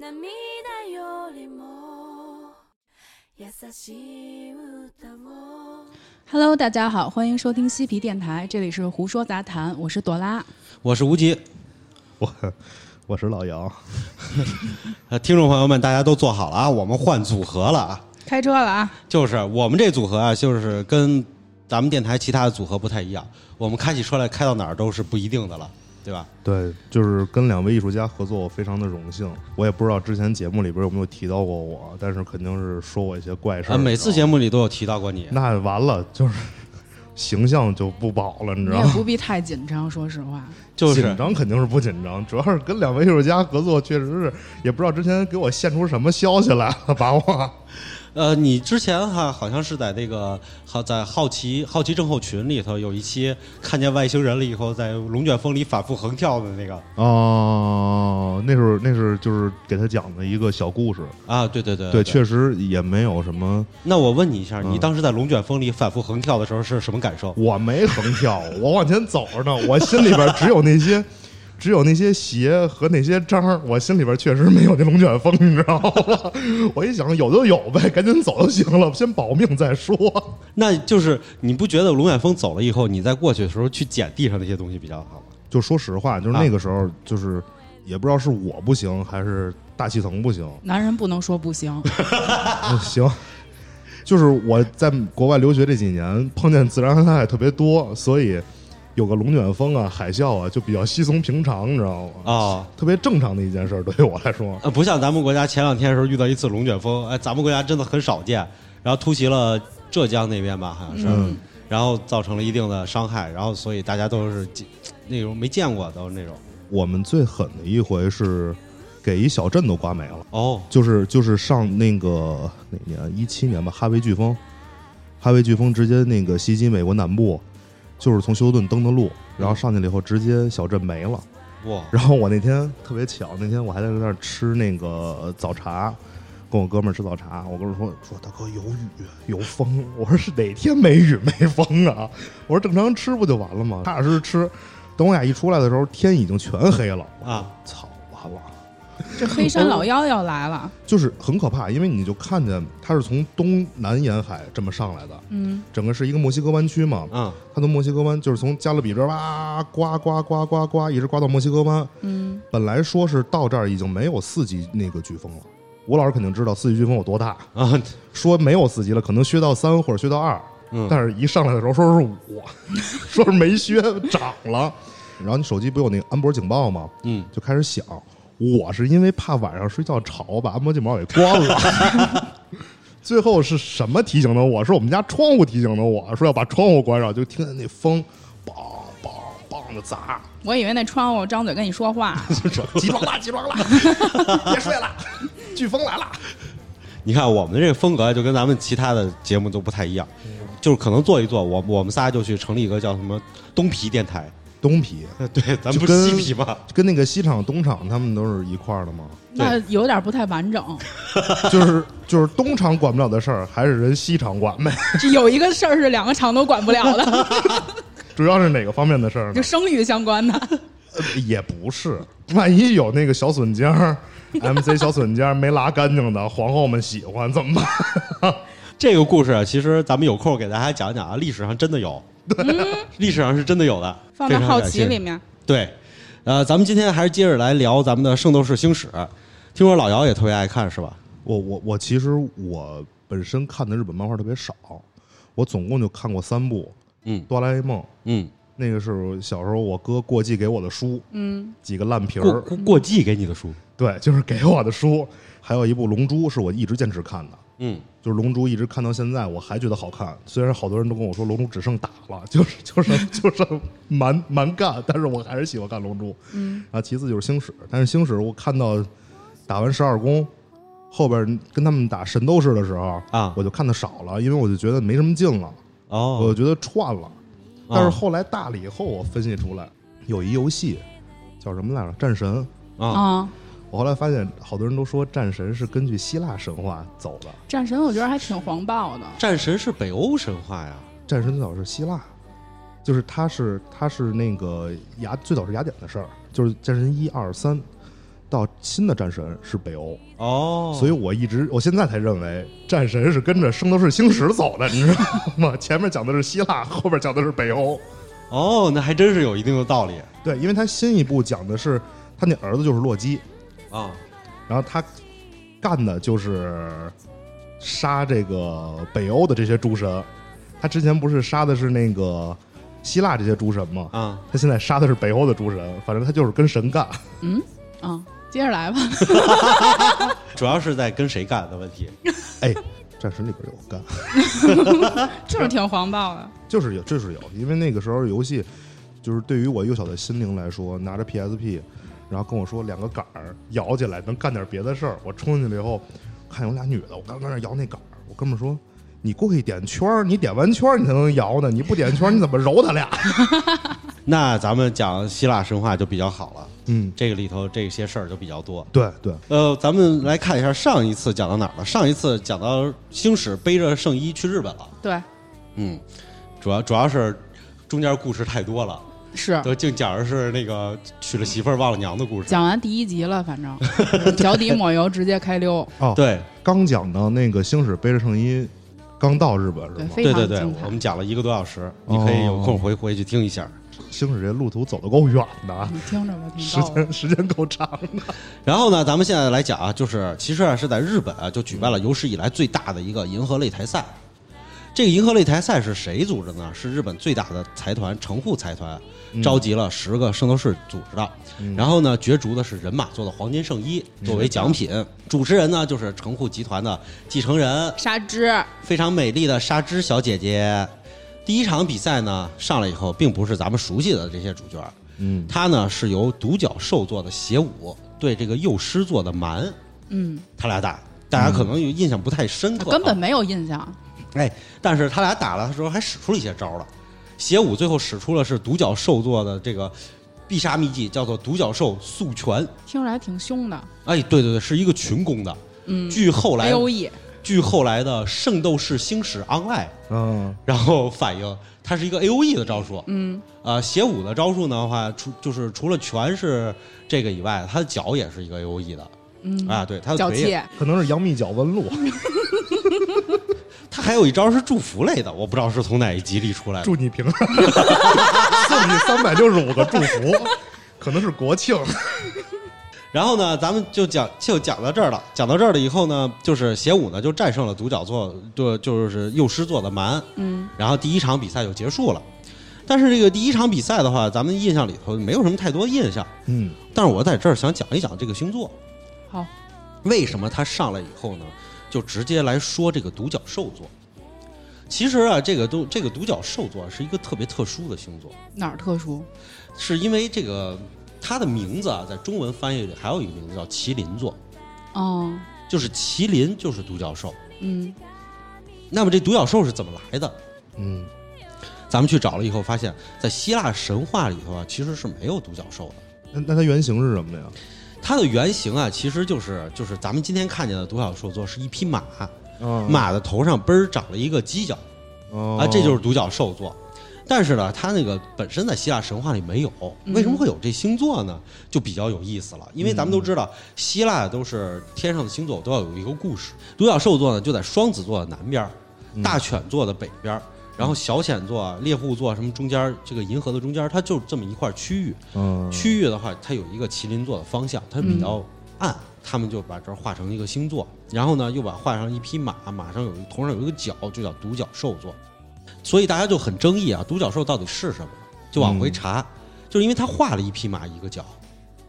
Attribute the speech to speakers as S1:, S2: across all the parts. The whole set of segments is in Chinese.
S1: 涙よりも優しい歌を
S2: Hello，大家好，欢迎收听西皮电台，这里是胡说杂谈，我是朵拉。
S3: 我是吴极。
S4: 我我是老姚，
S3: 呃，听众朋友们，大家都坐好了啊，我们换组合了啊，
S2: 开车了啊！
S3: 就是我们这组合啊，就是跟咱们电台其他的组合不太一样，我们开起车来开到哪儿都是不一定的了，对吧？
S4: 对，就是跟两位艺术家合作，我非常的荣幸。我也不知道之前节目里边有没有提到过我，但是肯定是说我一些怪事儿。
S3: 啊，每次
S4: 你知
S3: 节目里都有提到过你
S4: 道，吗那完了，就是 形象就不保了，你
S2: 你
S4: 知道
S2: 也
S4: 吗？
S2: 不必太紧张，说实话，
S3: 就是
S4: 紧张肯定是不紧张，主要是跟两位艺术家合作，确实是也不知道之前给我献出什么消息来了，把我
S3: 呃，你之前哈好像是在那个好在好奇好奇症候群里头有一期看见外星人了以后，在龙卷风里反复横跳的那个
S4: 哦，那是那是就是给他讲的一个小故事，
S3: 啊，对对对
S4: 对，确实也没有什么。
S3: 那我问你一下，你
S4: 嗯
S3: 当时在龙卷风里反复横跳的时候是什么感受？
S4: 我没横跳，我往前走着呢，我心里边只有那些， 只有那些鞋和那些章儿，我心里边确实没有那龙卷风，你知道吗？我一想有就有呗，赶紧走就行了，先保命再说。
S3: 那就是你不觉得龙卷风走了以后，你再过去的时候去捡地上那些东西比较好吗？
S4: 就说实话，就是
S3: 啊
S4: 那个时候，就是也不知道是我不行还是大气层不行，
S2: 男人不能说不行。
S4: 嗯行。就是我在国外留学这几年，碰见自然灾害特别多，所以有个龙卷风啊、海啸啊，就比较稀松平常，你知道吗？
S3: 啊、
S4: 特别正常的一件事儿，对于我来说。
S3: 呃，不像咱们国家前两天的时候遇到一次龙卷风，哎，咱们国家真的很少见，然后突袭了浙江那边吧，好像是，
S4: 嗯
S3: 然后造成了一定的伤害，然后所以大家都是记那种没见过都是那种
S4: 我们最狠的一回是给一小镇都刮没了，
S3: 哦，
S4: 就是就是上那个哪年一七年吧，哈维飓风，哈维飓风直接那个袭击美国南部，就是从休斯顿登的陆，然后上去了以后直接小镇没了。
S3: 哇，
S4: 然后我那天特别巧，那天我还在那儿吃那个早茶，跟我哥们儿吃早茶。我哥们儿说说大哥有雨有风，我说是哪天没雨没风啊？我说正常吃不就完了 吗？踏踏实实吃。等我俩一出来的时候，天已经全黑了
S3: 啊！
S4: 操，完了！
S2: 这黑山老妖要来了，
S4: 就是很可怕，因为你就看见它是从东南沿海这么上来的，
S2: 嗯，
S4: 整个是一个墨西哥湾区嘛，
S3: 嗯，
S4: 它从墨西哥湾就是从加勒比这儿哇刮刮刮刮刮，一直刮到墨西哥湾。
S2: 嗯，
S4: 本来说是到这儿已经没有四级那个飓风了，吴老师肯定知道四级飓风有多大，
S3: 啊，
S4: 说没有四级了，可能削到三或者削到二，
S3: 嗯
S4: 但是一上来的时候说是五， 说是没削 涨了，然后你手机不有那个安博警报吗？
S3: 嗯，
S4: 就开始响。我是因为怕晚上睡觉吵，把安博警报给关了。 最后是什么提醒的我？是我们家窗户提醒的我，说要把窗户关上，就听见那风梆梆梆的砸，
S2: 我以为那窗户张嘴跟你说话，
S4: 就说起床啦，起床啦，别睡了， 飓风来了。
S3: 你看我们这个风格就跟咱们其他的节目都不太一样，
S4: 嗯
S3: 就是可能做一做，我我们仨就去成立一个叫什么东皮电台，
S4: 东皮
S3: 对，咱们不
S4: 就是跟
S3: 西皮吗？
S4: 跟那个西厂、东厂他们都是一块儿的吗？
S2: 那有点不太完整。
S4: 就是就是东厂管不了的事儿，还是人西厂管呗。
S2: 这有一个事儿是两个厂都管不了的，
S4: 主要是哪个方面的事儿
S2: 就
S4: 呢？
S2: 生育相关的。
S4: 呃也不是，万一有那个小笋 尖儿，MC 小笋尖儿没拉干净的，皇后们喜欢怎么办？
S3: 这个故事啊其实咱们有空给大家讲讲啊，历史上真的有，历史上是真的有的，
S2: 嗯放在
S3: 非常
S2: 好
S3: 感
S2: 奇
S3: 谢
S2: 里。面，
S3: 对，呃，咱们今天还是接着来聊咱们的《圣斗士星矢》，听说老姚也特别爱看是吧？
S4: 我我我其实我本身看的日本漫画特别少，我总共就看过三部，
S3: 嗯
S4: 哆啦 A 梦
S3: 嗯，
S4: 那个是我小时候我哥过继给我的书，
S2: 嗯，
S4: 几个烂皮
S3: 过
S4: 儿，
S3: 过过季给你的书，
S4: 对，就是给我的书，还有一部《龙珠》是我一直坚持看的。
S3: 嗯，
S4: 就是《龙珠》一直看到现在，我还觉得好看。虽然好多人都跟我说《龙珠》只剩打了，就是就是就是 蛮蛮干，但是我还是喜欢看《龙珠》。嗯，啊，其次就是《星矢》，但是《星矢》我看到打完十二宫后边跟他们打神斗士的时候
S3: 啊
S4: 我就看的少了，因为我就觉得没什么劲了，我
S3: 哦，
S4: 就觉得串了。但是后来大了以后，我分析出来有一游戏叫什么来着，《战神》。
S3: 啊，
S2: 啊，
S4: 我后来发现，好多人都说战神是根据希腊神话走的，
S2: 战神我觉得还挺黄暴的，
S3: 战神是北欧神话呀，
S4: 战神最早是希腊，就是他是他是那个雅最早是雅典的事儿，就是战神一二三，到新的战神是北欧，
S3: 哦，
S4: 所以我一直我现在才认为战神是跟着圣斗士星矢走的，你知道吗？ 前面讲的是希腊，后边讲的是北欧。
S3: 哦，那还真是有一定的道理
S4: 对，因为他新一部讲的是他那儿子就是洛基，
S3: 啊。
S4: 然后他干的就是杀这个北欧的这些诸神。他之前不是杀的是那个希腊这些诸神吗？
S3: 啊，
S4: 他现在杀的是北欧的诸神，反正他就是跟神干。
S2: 嗯啊，接着 来吧。
S3: 主要是在跟谁干的问题。
S4: 哎，战神里边有干，
S2: 就是挺黄暴的。
S4: 就是有，这是有，因为那个时候游戏就是对于我幼小的心灵来说，拿着 PSP，然后跟我说两个杆儿摇起来能干点别的事儿，我冲进去了以后，看有俩女的，我刚在那儿摇那杆儿，我哥们儿说。你过去点圈儿，你点完圈儿你才能摇呢，你不点圈儿你怎么揉它俩？
S3: 那咱们讲希腊神话就比较好了，
S4: 嗯，
S3: 这个里头这些事儿就比较多。
S4: 对对，
S3: 呃，咱们来看一下上一次讲到哪儿了？上一次讲到星矢背着圣衣去日本了。
S2: 对，
S3: 嗯，主要主要是中间故事太多了，
S2: 是
S3: 都净讲的是那个娶了媳妇儿忘了娘的故事。
S2: 啊讲完第一集了，反 正脚底抹油，直接开溜。
S3: 对
S4: 哦刚讲到那个星矢背着圣衣，刚到日本是
S2: 对，
S4: 吗？
S2: 非
S3: 对
S2: 常
S3: 对
S2: 精
S3: 对
S2: 彩。，
S3: 我们讲了一个多小时，
S4: 哦
S3: 你可以有空回回去听一下。
S4: 星矢这路途走得够远的啊，
S2: 你听着吧，挺
S4: 时
S2: 逗的。
S4: 间时间够长的。
S3: 然后呢，咱们现在来讲啊，就是其实啊是在日本啊就举办了有史以来最大的一个银河擂台赛。这个银河擂台赛是谁组织的呢？是日本最大的财团城户财团召集了十个圣斗士组织的。
S4: 嗯
S3: 然后呢，角逐的是人马座的黄金圣衣作为奖品。主持人呢就是城户集团的继承人，
S2: 沙之，
S3: 非常美丽的纱织小姐姐。第一场比赛呢上来以后，并不是咱们熟悉的这些主角，
S4: 嗯，
S3: 他呢是由独角兽座的邪武对这个幼狮座的蛮，
S2: 嗯，
S3: 他俩打，大家可能有印象不太深刻啊、
S2: 根本没有印象。
S3: 哎，但是他俩打了的时候还使出了一些招儿了。邪武最后使出了是独角兽座的这个必杀秘技，叫做独角兽速拳。
S2: 听着还挺凶的。
S3: 哎，对对对，是一个群攻的。嗯，据后来
S2: A O E
S3: 据后来的《圣斗士星矢 Online》，
S4: 嗯，
S3: 然后反映它是一个 A O E 的招数。嗯，呃，邪武的招数呢的话，除就是除了拳是这个以外，他的脚也是一个 A O E 的。嗯啊，对，他的
S2: 脚
S3: 腿也，
S2: 气，
S4: 可能是杨幂角纹路，
S3: 他还有一招是祝福类的，我不知道是从哪一集里出来的。
S4: 祝你平安， 送你三百六十五个祝福，可能是国庆。
S3: 然后呢，咱们就讲就讲到这儿了。讲到这儿了以后呢，就是邪武呢就战胜了独角座，就就是幼狮座的蛮。嗯。然后第一场比赛就结束了，但是这个第一场比赛的话，咱们印象里头没有什么太多印象。
S4: 嗯，
S3: 但是我在这儿想讲一讲这个星座，
S2: 好，
S3: 为什么他上来以后呢，就直接来说这个独角兽座。其实啊，这个都这个独角兽座是一个特别特殊的星座，
S2: 哪儿特殊？
S3: 是因为这个它的名字啊，在中文翻译里还有一个名字叫麒麟座。
S2: 哦，
S3: 就是麒麟就是独角兽。
S2: 嗯，
S3: 那么这独角兽是怎么来的？
S4: 嗯，
S3: 咱们去找了以后，发现，在希腊神话里头啊，其实是没有独角兽的。
S4: 那那它原型是什么呀？
S3: 它的原型啊，其实就是就是咱们今天看见的独角兽座是一匹马，
S4: 啊
S3: 马的头上嘣儿长了一个犄角啊，
S4: 啊
S3: 这就是独角兽座。但是呢，它那个本身在希腊神话里没有，为什么会有这星座呢？就比较有意思了，因为咱们都知道，希腊都是天上的星座都要有一个故事。独角兽座呢，就在双子座的南边儿，大犬座的北边儿，然后小犬座、啊、猎户座什么中间儿这个银河的中间儿，它就这么一块区域。
S4: 嗯
S3: 区域的话，它有一个麒麟座的方向，它比较暗，
S4: 嗯
S3: 他们就把这儿画成一个星座，然后呢又把画上一匹马，马上有一头上有一个角，就叫独角兽座，所以大家就很争议啊，独角兽到底是什么？就往回查，
S4: 嗯
S3: 就是因为他画了一匹马一个角，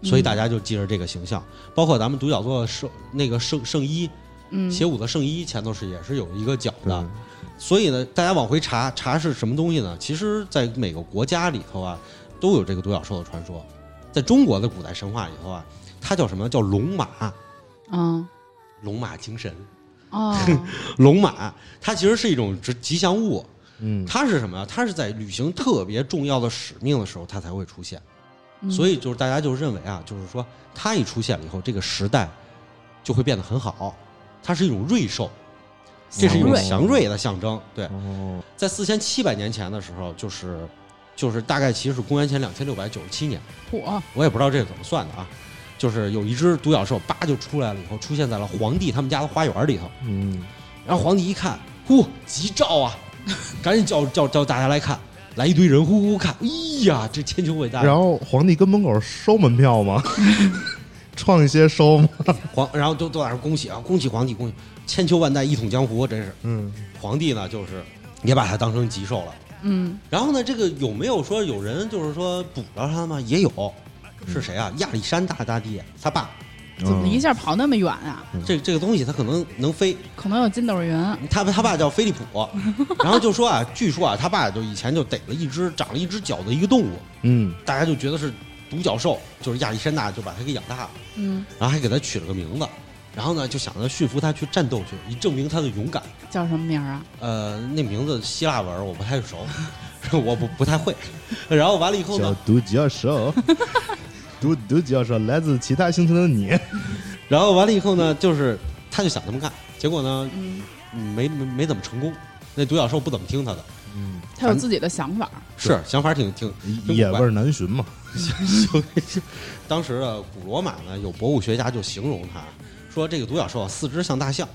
S3: 所以大家就记着这个形象，包括咱们独角座的圣那个圣圣衣，
S2: 嗯
S3: 邪武的圣衣前头是也是有一个角的
S4: 嗯，
S3: 所以呢，大家往回查查是什么东西呢？其实，在每个国家里头啊，都有这个独角兽的传说。在中国的古代神话里头啊，它叫什么叫龙马？
S2: 嗯，
S3: 龙马精神，
S2: 哦，
S3: 龙马，它其实是一种吉吉祥物。
S4: 嗯
S3: 它是什么呀？它是在履行特别重要的使命的时候，它才会出现。所
S2: 以
S3: 以就是大家就认为啊，就是说它一出现了以后，这个时代就会变得很好。它是一种瑞兽，这是一种祥瑞的象征。对，
S4: 哦
S3: 在四千七百年前的时候，就是就是大概其实是公元前两千六百九十七年，
S2: 火
S3: 我也不知道这是怎么算的啊。就是有一只独角兽，叭就出来了，以后出现在了皇帝他们家的花园里头。
S4: 嗯，
S3: 然后皇帝一看，呼，吉兆啊，赶紧叫叫叫大家来看，来一堆人，呼呼看，哎呀，这千秋伟大。
S4: 然后皇帝跟门口收门票吗？ 创一些收吗？
S3: 皇，然后都都在那儿恭喜啊，恭喜皇帝，恭喜千秋万代一统江湖，真是
S4: 嗯，
S3: 皇帝呢，就是也把他当成吉兽了。
S2: 嗯
S3: 然后呢，这个有没有说有人就是说捕着他吗？也有，是谁啊？亚历山大大帝他爸，
S2: 怎
S3: 嗯
S2: 么一下跑那么远啊？
S4: 嗯
S3: 这这个东西他可能能飞，
S2: 可能有筋斗云。
S3: 他他爸叫菲利普，然后就说啊，据说啊，他爸就以前就逮了一只长了一只脚的一个动物，
S4: 嗯
S3: 大家就觉得是独角兽，就是亚历山大就把他给养大了，
S2: 嗯，
S3: 然后还给他取了个名字，然后呢就想着驯服他去战斗去，以证明他的勇敢。
S2: 叫什么名儿啊？
S3: 呃，那名字希腊文我不太熟， 我不不太会。 然后完了以后
S4: 小
S3: 呢，
S4: 独角兽， 独独角兽来自其他星球的 你，
S3: 然后完了以后呢，就是他就想这么干，结果呢
S2: 嗯，
S3: 没没没怎么成功，那独角兽不怎么听他的，
S4: 嗯，
S2: 他有自己的想法。
S3: 是想法挺挺挺古
S4: 野
S3: 怪
S4: 味儿难寻嘛。
S3: 当时的古罗马呢，有博物学家就形容它，说这个独角兽啊四肢像大象，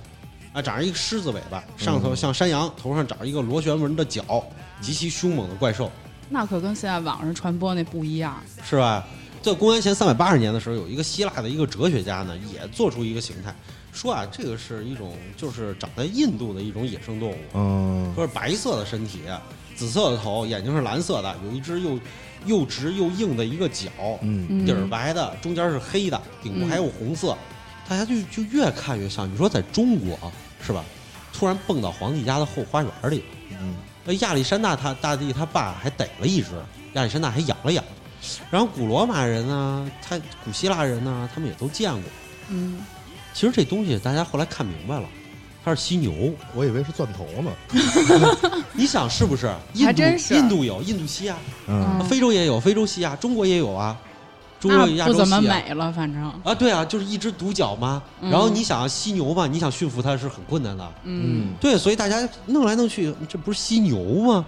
S3: 啊，长着一个狮子尾巴，上头像山羊，头上长着一个螺旋纹的角，极其凶猛的怪兽，
S2: 那可跟现在网上传播那不一样。
S3: 是吧？在公元前三百八十年的时候，有一个希腊的一个哲学家呢，也做出一个形态，说啊，这个是一种就是长在印度的一种野生动物，
S4: 嗯，
S3: 说是白色的身体，啊紫色的头，眼睛是蓝色的，有一只又又直又硬的一个角，
S4: 嗯，
S2: 嗯
S3: 底儿白的，中间是黑的，顶部还有红色，大家就就越看越像。你说在中国是吧？突然蹦到皇帝家的后花园里，
S4: 嗯
S3: 那亚历山大他大帝他爸还逮了一只，亚历山大还养了养。然后古罗马人呢，他古希腊人呢，他们也都见过。
S2: 嗯，
S3: 其实这东西大家后来看明白了，它是犀牛。
S4: 我以为是钻头呢。
S3: 你想是不是？印度
S2: 还真是
S3: 印度有印度西亚，
S2: 嗯
S3: 非洲也有非洲西亚，中国也有啊，中国有亚
S2: 那
S3: 洲
S2: 不
S3: 西亚。
S2: 怎么美了，反正。
S3: 啊，对啊，就是一只独角嘛。
S2: 嗯
S3: 然后你想犀牛嘛，你想驯服它是很困难的。
S2: 嗯，
S3: 对，所以大家弄来弄去，这不是犀牛吗？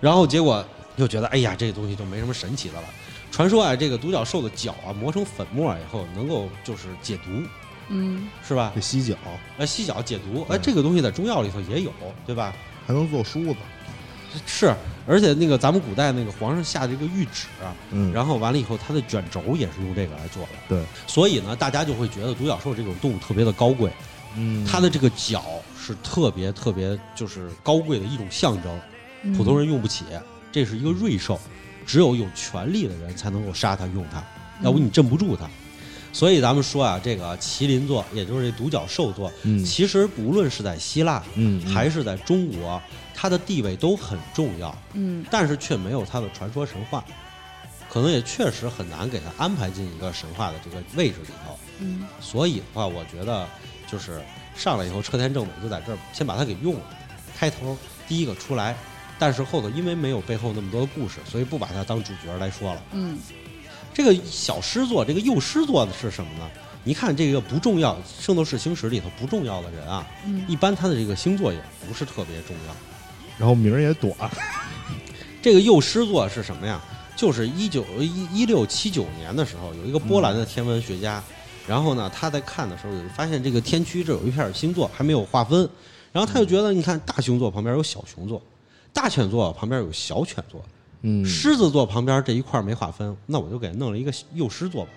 S3: 然后结果就觉得，哎呀，这个东西就没什么神奇的了。传说啊，这个独角兽的角啊磨成粉末以后，能够就是解毒，
S2: 嗯，
S3: 是吧
S4: 这？犀角
S3: 呃，犀角解毒，
S4: 嗯
S3: 哎，这个东西在中药里头也有，对吧？
S4: 还能做梳子。
S3: 是，而且那个咱们古代那个皇上下这个谕旨啊、
S4: 嗯，
S3: 然后完了以后，它的卷轴也是用这个来做的。
S4: 对，
S3: 所以呢，大家就会觉得独角兽这种动物特别的高贵。
S4: 嗯，
S3: 它的这个角是特别特别就是高贵的一种象征，
S2: 嗯
S3: 普通人用不起，这是一个瑞兽，只有有权利的人才能够杀它用它，要不你镇不住它。所以咱们说啊，这个麒麟座，也就是这独角兽座，
S4: 嗯
S3: 其实不论是在希腊
S4: 嗯嗯
S3: 还是在中国，它的地位都很重要，
S2: 嗯
S3: 但是却没有它的传说神话，可能也确实很难给它安排进一个神话的这个位置里头。
S2: 嗯
S3: 所以的话，我觉得就是上来以后，车田正美就在这儿先把它给用了，开头第一个出来，但是后头因为没有背后那么多的故事，所以不把它当主角来说了。
S2: 嗯
S3: 这个小狮座，这个幼狮座的是什么呢？你看这个不重要，《圣斗士星矢》里头不重要的人啊，
S2: 嗯，
S3: 一般他的这个星座也不是特别重要。啊
S4: 然后名儿也短。
S3: 这个幼狮座是什么呀？就是一九一一六七九年的时候，有一个波兰的天文学家，然后呢，他在看的时候有发现这个天区这有一片星座还没有划分，然后他就觉得，你看大熊座旁边有小熊座，大犬座旁边有小犬座，
S4: 嗯
S3: 狮子座旁边这一块没划分，那我就给弄了一个幼狮座吧，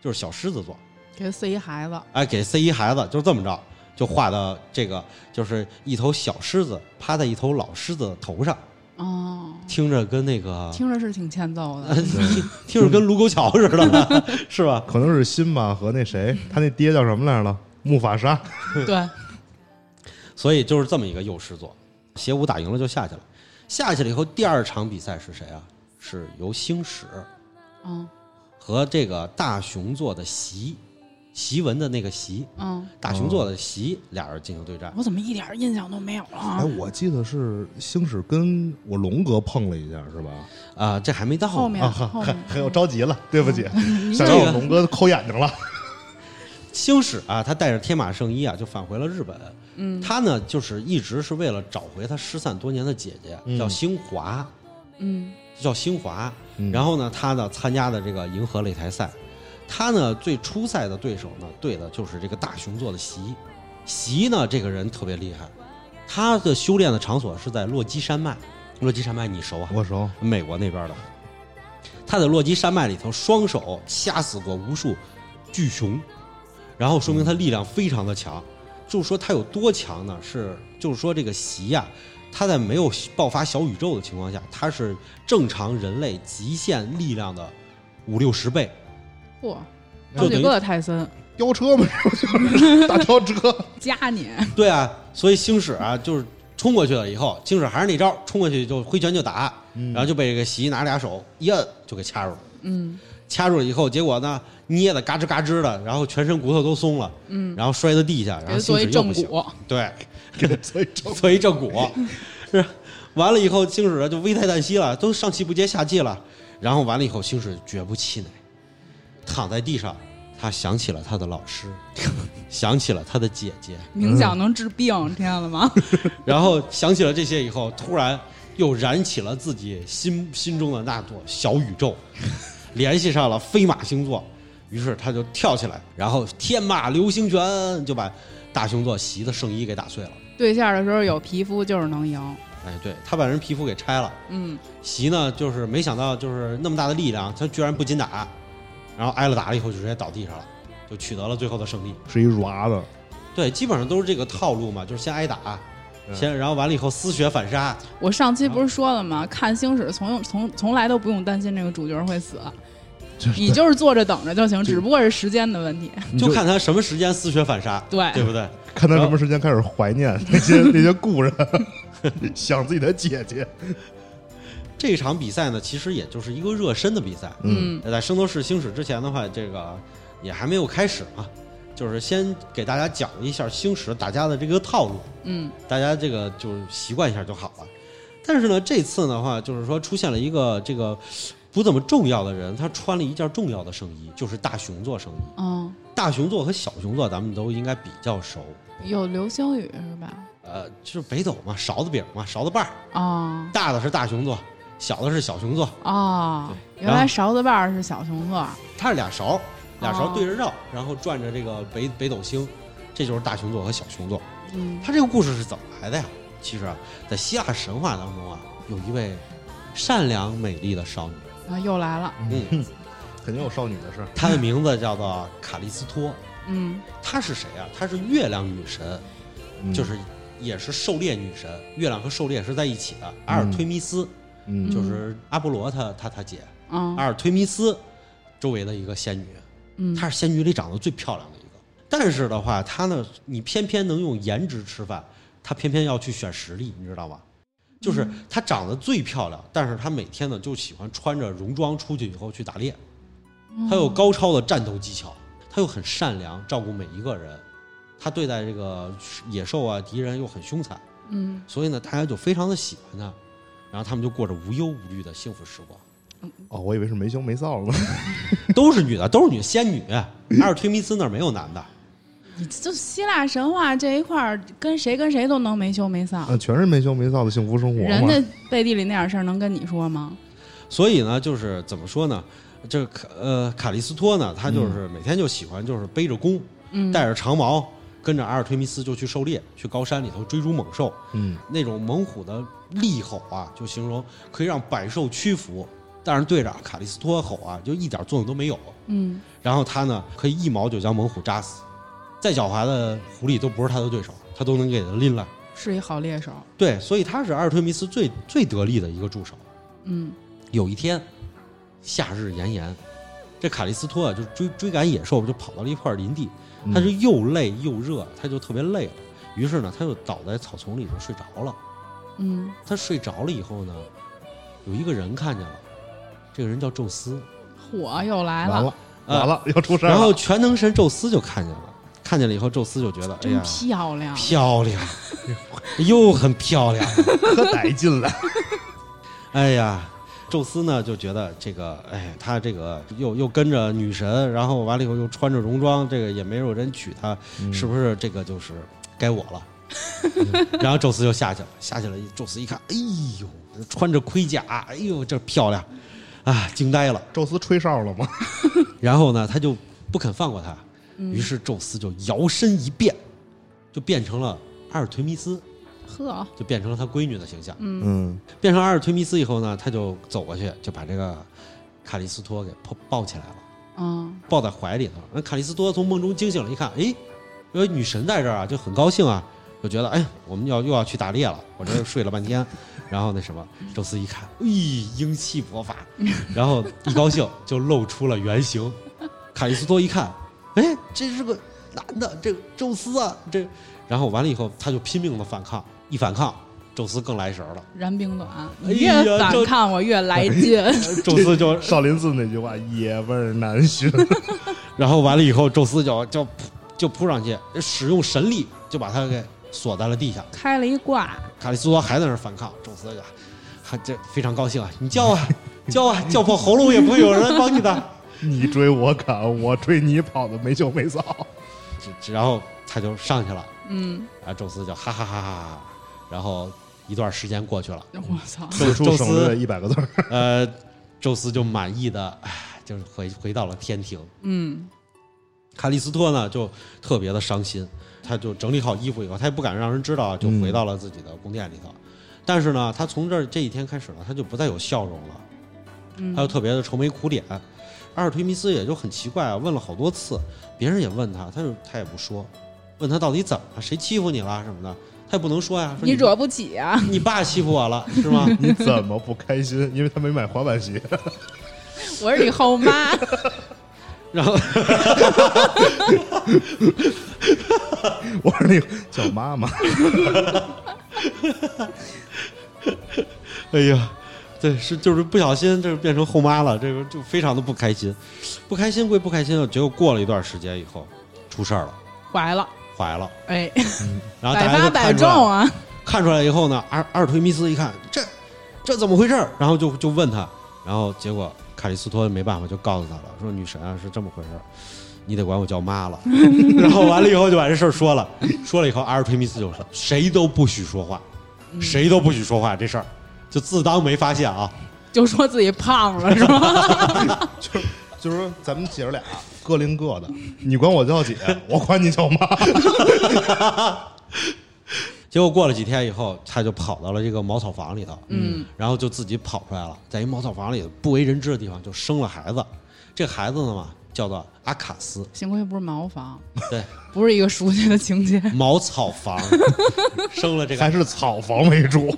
S3: 就是小狮子座，
S2: 给他塞一孩子。
S3: 哎，给 C 一孩子就这么着，就画到这个就是一头小狮子趴在一头老狮子的头上，
S2: 哦，
S3: 听着跟那个
S2: 听着是挺欠揍的。
S3: 听听着跟卢沟桥似的吧，是吧？
S4: 可能是辛巴和那谁，他那爹叫什么来着？木法沙。
S2: 对，
S3: 所以就是这么一个幼狮座，邪武打赢了就下去了，下去了以后，第二场比赛是谁啊？是由星矢
S2: 嗯
S3: 和这个大熊座的席，席文的那个席，
S2: 嗯，
S3: 大熊座的席，俩人进行对战。
S2: 我怎么一点印象都没有了
S4: 哎，
S2: 啊？
S4: 我记得是星矢跟我龙哥碰了一下，是 吧？
S3: 啊、这还没到呢
S2: 后面后面
S4: 还有着急了，对不起，
S3: 这
S4: 想
S3: 个
S4: 让我龙哥抠眼睛了。
S3: 星矢啊，他带着天马圣衣啊，就返回了日本。
S2: 嗯
S3: 他呢，就是一直是为了找回他失散多年的姐姐，
S4: 嗯
S3: 叫星华，
S2: 嗯
S3: 叫星华。
S4: 嗯
S3: 然后呢，他呢参加的这个银河擂台赛，他呢最初赛的对手呢对的就是这个大熊座的席，席呢这个人特别厉害，他的修炼的场所是在落基山脉，落基山脉你熟啊？
S4: 我熟，
S3: 美国那边的。他在洛基山脉里头双手掐死过无数巨熊，然后说明他力量非常的强。就是说他有多强呢？是就是说这个席呀、他在没有爆发小宇宙的情况下，他是正常人类极限力量的五六十倍。
S2: 嚯，
S3: 就
S2: 好
S3: 等
S2: 几
S3: 于
S2: 个泰森
S4: 飙车嘛，就是 大飙车，
S2: 加你，
S3: 对啊，所以星矢啊，就是冲过去了以后，星矢还是那招，冲过去就挥拳就打，然后就被这个席拿俩手一摁就给掐住了。
S2: 嗯，
S3: 掐住了以后，结果呢捏的嘎吱嘎吱的，然后全身骨头都松了，嗯，然后摔到地下，然
S2: 给
S3: 后
S2: 他
S3: 星
S2: 做
S3: 矢
S2: 一
S3: 又不
S2: 正
S3: 行，
S2: 骨，
S3: 对，
S4: 给他做一招。
S3: 做一正骨， 是完了以后，星矢就危殆旦息了，都上气不接下气了，然后完了以后，星矢绝不气馁，躺在地上，他想起了他的老师，想起了他的姐姐，
S2: 冥想能治病，听见了吗？
S3: 然后想起了这些以后，突然又燃起了自己心心中的那座小宇宙，联系上了飞马星座，于是他就跳起来，然后天马流星拳就把大熊座席的圣衣给打碎了。
S2: 对线的时候有皮肤就是能赢，
S3: 哎，对他把人皮肤给拆了，
S2: 嗯，
S3: 席呢就是没想到就是那么大的力量，他居然不禁打，然后挨了打了以后就直接倒地上了，就取得了最后的胜利。
S4: 是一软的，
S3: 对，基本上都是这个套路嘛，就是先挨打，
S4: 嗯
S3: 先然后完了以后丝血反杀，
S2: 我上期不是说了吗？看星矢从用从从来都不用担心这个主角会死，
S4: 就是
S2: 你就是坐着等着就行，
S4: 就
S2: 只不过是时间的问题。
S4: 你
S3: 就看他什么时间丝血反杀，
S2: 对
S3: 对不对？
S4: 看他什么时间开始怀念那些那些故人， 想自己的姐姐。
S3: 这场比赛呢，其实也就是一个热身的比赛。
S2: 嗯，
S3: 在圣斗士星矢之前的话，这个也还没有开始嘛，就是先给大家讲一下星矢打架的这个套路，
S2: 嗯，
S3: 大家这个就是习惯一下就好了。但是呢，这次的话，就是说出现了一个这个不怎么重要的人，他穿了一件重要的圣衣，就是大熊座圣衣。
S2: 哦，
S3: 大熊座和小熊座咱们都应该比较熟，
S2: 有流星雨是吧？
S3: 呃，就是北斗嘛，勺子饼嘛，勺子把儿，
S2: 哦
S3: 大的是大熊座，小的是小熊座，
S2: 哦，
S3: 对
S2: 原
S3: 然
S2: 来
S3: 后
S2: 勺子把儿是小熊座，
S3: 它是俩勺，俩勺
S4: 哦
S3: 对着绕，然后转着这个北北斗星，这就是大熊座和小熊座。
S2: 嗯，
S3: 它这个故事是怎么来的呀？其实啊，在希腊神话当中啊，有一位善良美丽的少女，
S2: 啊又来了，
S3: 嗯，
S4: 肯定有少女的事，
S3: 她的名字叫做卡利斯托。
S2: 嗯
S3: 她是谁啊？她是月亮女神，
S4: 嗯
S3: 就是也是狩猎女神。月亮和狩猎是在一起的。阿尔忒弥斯、
S4: 嗯
S3: 就是阿波罗他他他姐，
S2: 啊
S3: 阿尔忒弥斯周围的一个仙女。
S2: 嗯
S3: 她是仙女里长得最漂亮的一个。但是的话，她呢，你偏偏能用颜值吃饭，她偏偏要去选实力，你知道吗？就是她长得最漂亮，但是她每天呢就喜欢穿着戎装出去以后去打猎。她有高超的战斗技巧，她又很善良，照顾每一个人。她对待这个野兽啊、敌人又很凶残，
S2: 嗯
S3: 所以呢，大家就非常的喜欢她。然后他们就过着无忧无虑的幸福时光，
S4: 哦，我以为是没羞没臊呢。
S3: 都是女的，都是女仙女。阿尔忒弥斯那儿没有男的，
S2: 你就希腊神话这一块儿，跟谁跟谁都能没羞没臊
S4: 啊，。全是没羞没臊的幸福生活
S2: 人
S4: 嘛。
S2: 家背地里那点事儿能跟你说吗？
S3: 所以呢，就是怎么说呢？这个卡呃卡利斯托呢，他就是每天就喜欢就是背着弓，
S2: 嗯，
S3: 带着长矛，跟着阿尔忒弥斯就去狩猎，去高山里头追逐猛兽。
S4: 嗯，
S3: 那种猛虎的厉吼啊，就形容可以让百兽屈服，但是对着卡利斯托吼啊，就一点作用都没有。
S2: 嗯
S3: 然后他呢，可以一矛就将猛虎扎死，再狡猾的狐狸都不是他的对手，他都能给他拎来。
S2: 是一好猎手。
S3: 对，所以他是阿尔忒弥斯最最得力的一个助手。
S2: 嗯
S3: 有一天，夏日炎炎，这卡利斯托啊，就追追赶野兽，就跑到了一块林地，他就又累又热，他就特别累了，于是呢，他就倒在草丛里头睡着了。
S2: 嗯，
S3: 他睡着了以后呢，有一个人看见了，这个人叫宙斯，
S2: 火又来了，
S4: 完了完 了，要出事儿了。
S3: 然后全能神宙斯就看见了，看见了以后，宙斯就觉得，哎
S2: 真
S3: 呀，
S2: 漂亮。
S3: 漂亮，又很漂亮，
S4: 可逮进来，
S3: 哎呀，宙斯呢就觉得这个，哎，他这个又又跟着女神，然后完了以后又穿着戎装，这个也没有人娶她，是不是这个就是该我了？ 然后宙斯就下去了，下去了。宙斯一看，哎呦，穿着盔甲，哎呦，这漂亮啊，惊呆了。
S4: 宙斯吹哨了吗？
S3: 然后呢，他就不肯放过他。于是宙斯就摇身一变，就变成了阿尔忒弥斯，
S2: 呵，
S3: 就变成了他闺女的形象。
S2: 嗯
S4: 嗯
S3: 变成阿尔忒弥斯以后呢，他就走过去，就把这个卡利斯托给抱抱起来了，
S2: 嗯
S3: 抱在怀里头。那卡利斯托从梦中惊醒了，一看，哎，有女神在这儿啊，就很高兴啊，就觉得哎，我们要又要去打猎了，我这睡了半天。 然后那什么，宙斯一看，咦，英气勃发， 然后一高兴就露出了原形。哎卡利斯托一看，哎，这是个男的，这个宙斯啊，这，然后完了以后，他就拼命的反抗，一反抗，宙斯更来神儿了。
S2: 燃冰短，
S3: 哎
S2: 你越
S3: 呀
S2: 反
S3: 这
S2: 抗我越来劲。
S3: 宙斯就
S4: 少林寺那句话“野味儿难 寻
S3: 然后完了以后，宙斯就就就扑上去，使用神力就把他给锁在了地下。
S2: 开了一挂，
S3: 卡利斯多还在那儿反抗，宙斯就还这非常高兴啊，你叫啊叫啊，叫破喉咙也不会有人帮你的。”，
S4: 你追我赶，我追你跑的没羞没臊。
S3: 只只然后他就上去了，
S2: 嗯，
S3: 然后宙斯就哈哈哈哈哈哈。然后一段时间过去了，
S2: 我操，
S3: 宙
S4: 此
S3: 宙
S4: 处省略
S3: 斯
S4: 一百个字儿。
S3: 呃，宙斯就满意的，唉就是回回到了天庭。
S2: 嗯
S3: 卡利斯托呢就特别的伤心，他就整理好衣服以后，他也不敢让人知道啊，就回到了自己的宫殿里头。但是呢，他从这儿这一天开始呢，他就不再有笑容了，
S2: 嗯，
S3: 他就特别的愁眉苦脸。阿尔忒弥斯也就很奇怪啊，问了好多次，别人也问他，他就他也不说，问他到底怎么了，谁欺负你了什么的，他也不能说呀，说
S2: 你惹不起啊，
S3: 你爸欺负我了是吗？
S4: 你怎么不开心？因为他没买滑板鞋。
S2: 我是你后妈。
S3: 然后
S4: 我说那个叫妈妈，
S3: 哎呀，对，是就是不小心，这个变成后妈了，这个就非常的不开心，不开心归不开心啊，结果过了一段时间以后，出事儿了，
S2: 怀了，
S3: 怀了，
S2: 哎，
S3: 然后大
S2: 百
S3: 家
S2: 发
S3: 就
S2: 百
S3: 看出
S2: 中
S3: 来了，
S2: 啊！
S3: 看出来以后呢，阿阿尔忒弥斯一看，这这怎么回事儿？然后就就问他，然后结果卡里斯托没办法，就告诉他了，说女神啊是这么回事儿。你得管我叫 妈了，然后完了以后就把这事儿说了，说了以后，阿尔忒弥斯就说谁都不许说话，谁都不许说话，这事儿就自当没发现啊。
S2: 就说自己胖了是 吧？
S4: 就是就是说咱们姐儿俩各拎各的，你管我叫姐，我管你叫 妈。
S3: 结果过了几天以后，他就跑到了这个茅草房里头，
S2: 嗯，
S3: 然后就自己跑出来了，在一茅草房里不为人知的地方就生了孩子。这孩子呢嘛，叫做阿卡 斯，
S2: 幸亏不是茅房，
S3: 对，
S2: 不是一个熟悉的情节。
S3: 茅草 房生了这个
S4: 还是草房为 主，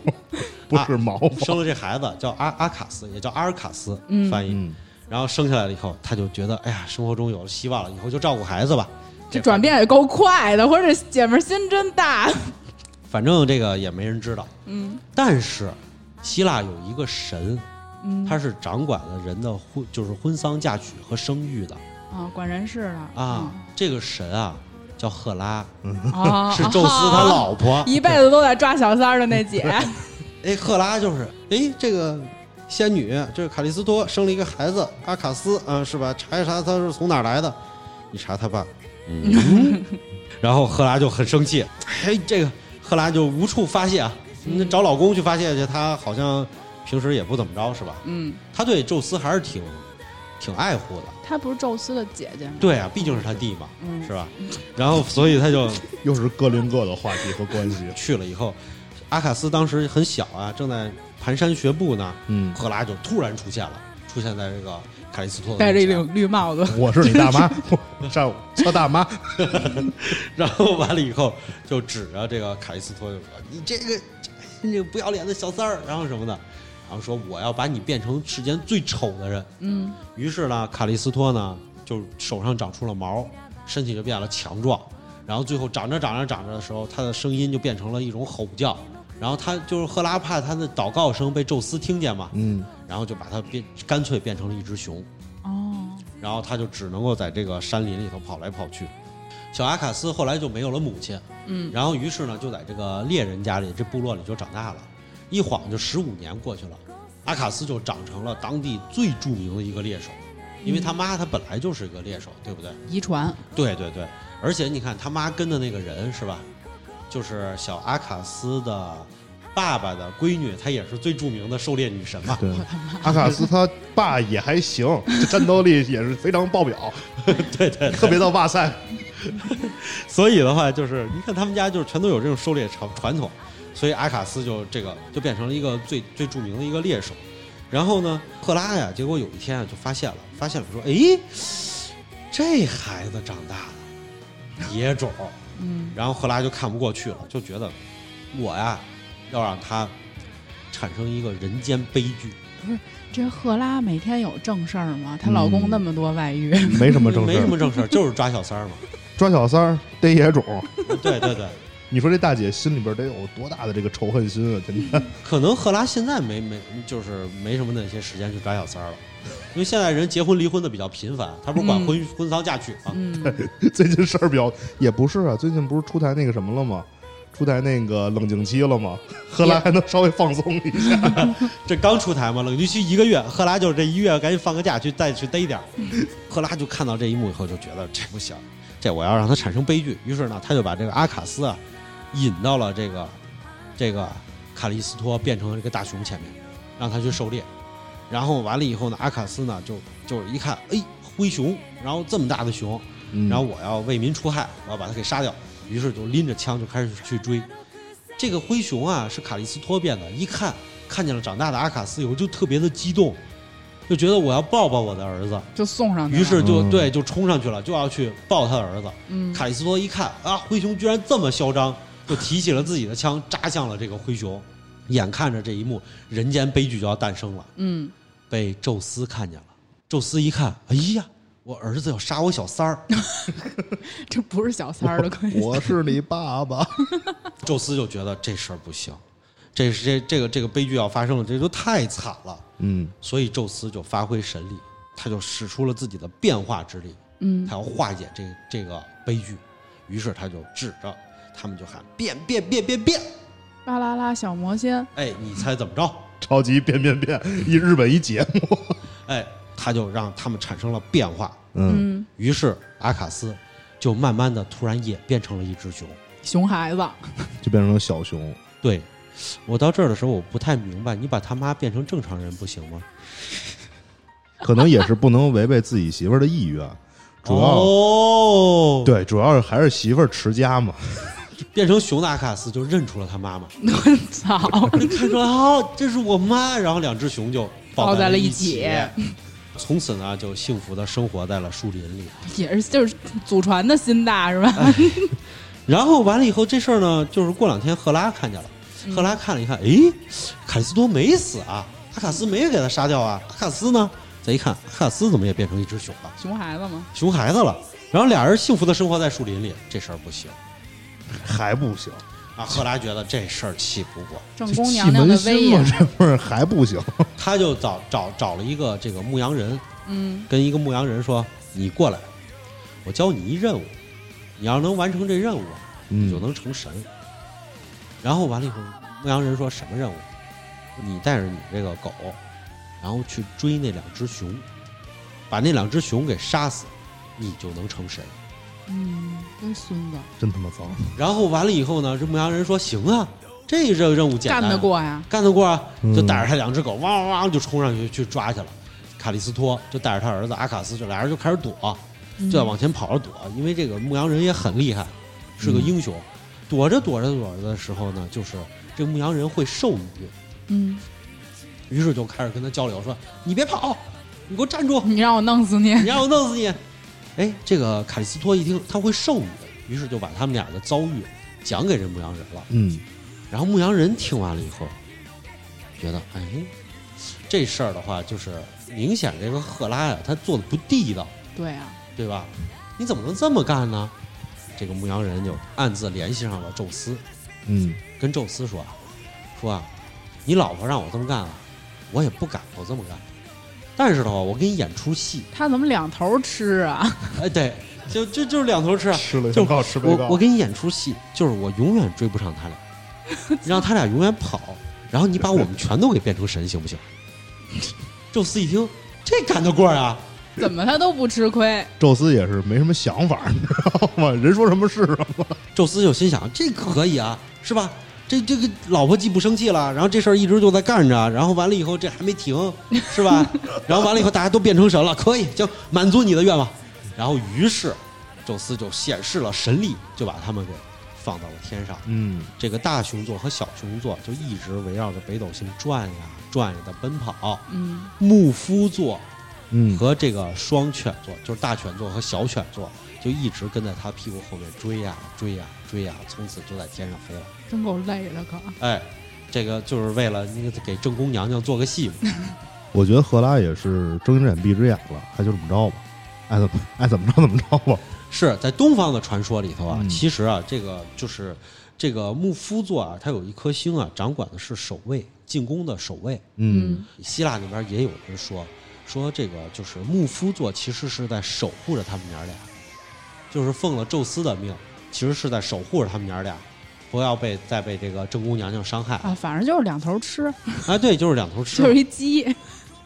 S4: 不是茅房。
S3: 生了这孩子叫阿阿卡斯，也叫阿尔卡斯，
S2: 嗯
S3: 翻译。
S4: 嗯
S3: 然后生下来了以后，他就觉得哎呀，生活中有了希望了，以后就照顾孩子吧。
S2: 这转变也够快的，或者姐们儿心真大。
S3: 反正这个也没人知道。
S2: 嗯，
S3: 但是希腊有一个神，他是掌管了人的婚，就是婚丧嫁娶和生育的。
S2: 啊，管人事了
S3: 啊，这个神啊叫赫拉，
S2: 嗯啊，
S3: 是宙斯他老婆。
S2: 一辈子都在抓小三儿的那 姐，
S3: 哎，赫拉就是哎这个仙女，这个卡利斯托生了一个孩子阿卡斯，啊是吧？查一查他是从哪儿来的，你查他爸。嗯， 然后赫拉就很生气，哎，这个赫拉就无处发泄啊，
S2: 嗯
S3: 你找老公去发泄去，她好像平时也不怎么着是吧？
S2: 嗯，
S3: 她对宙斯还是挺挺爱护的。
S2: 她不是宙斯的姐姐吗？
S3: 对啊，毕竟是他弟嘛，
S2: 嗯
S3: 是吧？然后所以他就
S4: 又是各拎各的话题和关系。
S3: 去了以后，阿卡斯当时很小啊，正在蹒跚学步呢。
S4: 嗯
S3: 赫拉就突然出现了，出现在这个卡利斯托的
S2: 戴着一
S3: 面前
S2: 顶绿帽子，
S4: 我是你大妈，我上午叫大妈。
S3: 然后完了以后就指着这个卡利斯托就说：“你这个你这个不要脸的小三儿，然后什么的，然后说我要把你变成世间最丑的人。”
S2: 嗯，
S3: 于是呢，卡利斯托呢就手上长出了毛，身体就变得强壮，然后最后长着长着长着的时候，他的声音就变成了一种吼叫，然后他就是赫拉怕他的祷告声被宙斯听见嘛，
S4: 嗯，
S3: 然后就把他变干脆变成了一只熊，
S2: 哦，
S3: 然后他就只能够在这个山林里头跑来跑去。小阿卡斯后来就没有了母亲，
S2: 嗯，
S3: 然后于是呢就在这个猎人家里这部落里就长大了，一晃就十五年过去了，阿卡斯就长成了当地最著名的一个猎手，因为他妈他本来就是一个猎手，对不对？
S2: 遗传，
S3: 对对对，而且你看他妈跟的那个人是吧，就是小阿卡斯的爸爸的闺女，她也是最著名的狩猎女神嘛。
S4: 对， 阿卡斯他爸也还行，这战斗力也是非常爆 表，
S3: 对对
S4: 特别到哇塞，
S3: 所以的话，就是你看他们家就是全都有这种狩猎传传统，所以阿卡斯就这个就变成了一个最最著名的一个猎手。然后呢，赫拉呀，结果有一天啊就发现了，发现了说，诶，这孩子长大了，野种。
S2: 嗯
S3: 然后赫拉就看不过去了，就觉得我呀要让他产生一个人间悲剧。
S2: 这赫拉每天有正事儿
S3: 嗯
S2: 吗？她老公那么多外遇，
S4: 没什么正
S3: 没
S4: 事
S3: 什
S4: 儿，
S3: 么正事儿，就是抓小三儿嘛。
S4: 抓小三儿逮野种，
S3: 对对对，
S4: 你说这大姐心里边得有多大的这个仇恨心啊？真的，
S3: 可能赫拉现在没没就是没什么那些时间去抓小三儿了，因为现在人结婚离婚的比较频繁，他不是管婚、婚丧嫁娶吗？
S2: 嗯，
S4: 最近事儿比较也不是啊，最近不是出台那个什么了吗？出台那个冷静期了吗？荷兰还能稍微放松一下，
S3: 这刚出台嘛，冷静期一个月，赫拉就是这一月赶紧放个假去再去逮点儿。赫拉就看到这一幕以后就觉得这不行，这我要让他产生悲剧。于是呢，他就把这个阿卡斯啊引到了这个这个卡利斯托变成了这个大熊前面，让他去狩猎。然后完了以后呢，阿卡斯呢就就是一看，哎，灰熊，然后这么大的熊，
S4: 嗯
S3: 然后我要为民除害，我要把它给杀掉。于是就拎着枪就开始去追。这个灰熊啊，是卡利斯托变的，一看看见了长大的阿卡斯以后，就特别的激动，就觉得我要抱抱我的儿子，
S2: 就送上去了。
S3: 于是就
S4: 嗯
S3: 对就冲上去了，就要去抱他的儿子。
S2: 嗯，
S3: 卡利斯托一看啊，灰熊居然这么嚣张，就提起了自己的枪扎向了这个灰熊。眼看着这一幕，人间悲剧就要诞生了。
S2: 嗯
S3: 被宙斯看见了。宙斯一看，哎呀，我儿子要杀我小三儿，
S2: 嗯，这不是小三儿的关系。
S4: 我是你爸爸，
S3: 宙斯就觉得这事儿不行，这是这这个这个悲剧要发生了，这就太惨了。
S4: 嗯，
S3: 所以宙斯就发挥神力，他就使出了自己的变化之力，
S2: 嗯
S3: 他要化解这这个悲剧。于是他就指着他们就喊变变变变变，
S2: 巴啦啦小魔仙，
S3: 哎，你猜怎么着？
S4: 超级变变变，一日本一节目，
S3: 哎，他就让他们产生了变化。
S4: 嗯，
S2: 嗯，
S3: 于是阿卡斯就慢慢的突然也变成了一只熊。
S2: 熊孩子，
S4: 就变成了小熊，
S3: 对，我到这儿的时候我不太明白，你把他妈变成正常人不行吗？
S4: 可能也是不能违背自己媳妇儿的意愿，主要、
S3: 哦，
S4: 对，主要是还是媳妇儿持家嘛，
S3: 变成熊的阿卡斯就认出了他妈妈，
S2: 我操，
S3: 看出来哦，这是我妈，然后两只熊就
S2: 抱在
S3: 在
S2: 了一
S3: 一
S2: 起
S3: 从此呢，就幸福的生活在了树林里。
S2: 也是就是祖传的心大是吧？
S3: 然后完了以后，这事儿呢，就是过两天赫拉看见了，
S2: 嗯
S3: 赫拉看了一看，诶，卡利斯多没死啊，阿卡斯没给他杀掉啊，阿卡斯呢？再一看，阿卡斯怎么也变成一只熊了，
S2: 熊孩子嘛，
S3: 熊孩子了。然后俩人幸福的生活在树林里，这事儿不行。
S4: 还不行，
S3: 啊，赫拉觉得这事儿气不过，
S2: 正宫娘娘的
S4: 气门
S2: 威
S4: 心
S2: 严
S4: 嘛，，这不是还不行，
S3: 他就找找找了一个这个牧羊人，
S2: 嗯
S3: 跟一个牧羊人说：“你过来，我教你一任务，你要能完成这任务，你就
S4: 嗯，
S3: 能成神。然后完了以后，牧羊人说什么任务？你带着你这个狗，然后去追那两只熊，把那两只熊给杀死，你就能成神。
S2: 嗯，真孙子，
S4: 真他妈脏，
S3: 然后完了以后呢，这牧羊人说：“行啊，这这个任务简单、
S2: 干
S3: 啊，
S2: 得过呀？
S3: 干得过啊！
S4: 嗯
S3: 就带着他两只狗，汪汪汪就冲上去去抓去了。卡利斯托就带着他儿子阿卡斯，就俩人就开始躲，
S2: 嗯
S3: 就在往前跑着躲，因为这个牧羊人也很厉害，是个英雄。躲着躲着躲着的时候呢，就是这牧羊人会授予，
S2: 嗯，
S3: 于是就开始跟他交流说：“你别跑，你给我站住，
S2: 嗯你让我弄死你，
S3: 你让我弄死你！”哎，这个卡利斯托一听他会授予，于是就把他们俩的遭遇讲给这牧羊人了。
S4: 嗯，
S3: 然后牧羊人听完了以后，觉得哎，这事儿的话，就是明显这个赫拉呀，他做的不地道，
S2: 对啊，
S3: 对吧？你怎么能这么干呢？这个牧羊人就暗自联系上了宙斯，
S4: 嗯，
S3: 跟宙斯说啊，说啊，你老婆让我这么干啊，我也不敢我这么干。但是的话，我给你演出戏，
S2: 他怎么两头吃啊？
S3: 哎，对，就就就是两头吃啊，
S4: 吃了
S3: 就
S4: 告吃
S3: 我我给你演出戏，就是我永远追不上他俩，你让他俩永远跑，然后你把我们全都给变成神，行不行？ 宙斯一听，这干得过啊！
S2: 怎么他都不吃亏？
S4: 宙斯也是没什么想法，你知道吗？人说什么是什么，
S3: 宙斯就心想，这可以啊，是吧？这这个老婆既不生气了，然后这事儿一直就在干着，然后完了以后这还没停，是吧？ 然后完了以后大家都变成神了，可以就满足你的愿望。然后于是宙斯就显示了神力，就把他们给放到了天上。
S4: 嗯，
S3: 这个大熊座和小熊座就一直围绕着北斗星转呀转呀的奔跑。
S2: 嗯
S3: 牧夫座
S4: 嗯
S3: 和这个双犬座，就是大犬座和小犬座，就一直跟在他屁股后面追呀追呀追呀，从此就在天上飞了。
S2: 真够累的，可
S3: 哎，这个就是为了那个给正宫娘娘做个戏嘛。
S4: 我觉得赫拉也是睁一只眼闭一只眼了，还就这么着吧，爱怎么爱怎么着怎么着吧。
S3: 是在东方的传说里头啊，
S4: 嗯
S3: 其实啊，这个就是这个牧夫座啊，它有一颗星啊，掌管的是守卫进攻的守卫。
S2: 嗯
S3: 希腊那边也有人说，说这个就是牧夫座其实是在守护着他们娘俩，就是奉了宙斯的命，其实是在守护着他们娘俩，不要被再被这个正宫娘娘伤害。
S2: 啊，反正就是两头吃，
S3: 啊，对，就是两头吃
S2: 就
S3: 嘛。
S2: 是一鸡。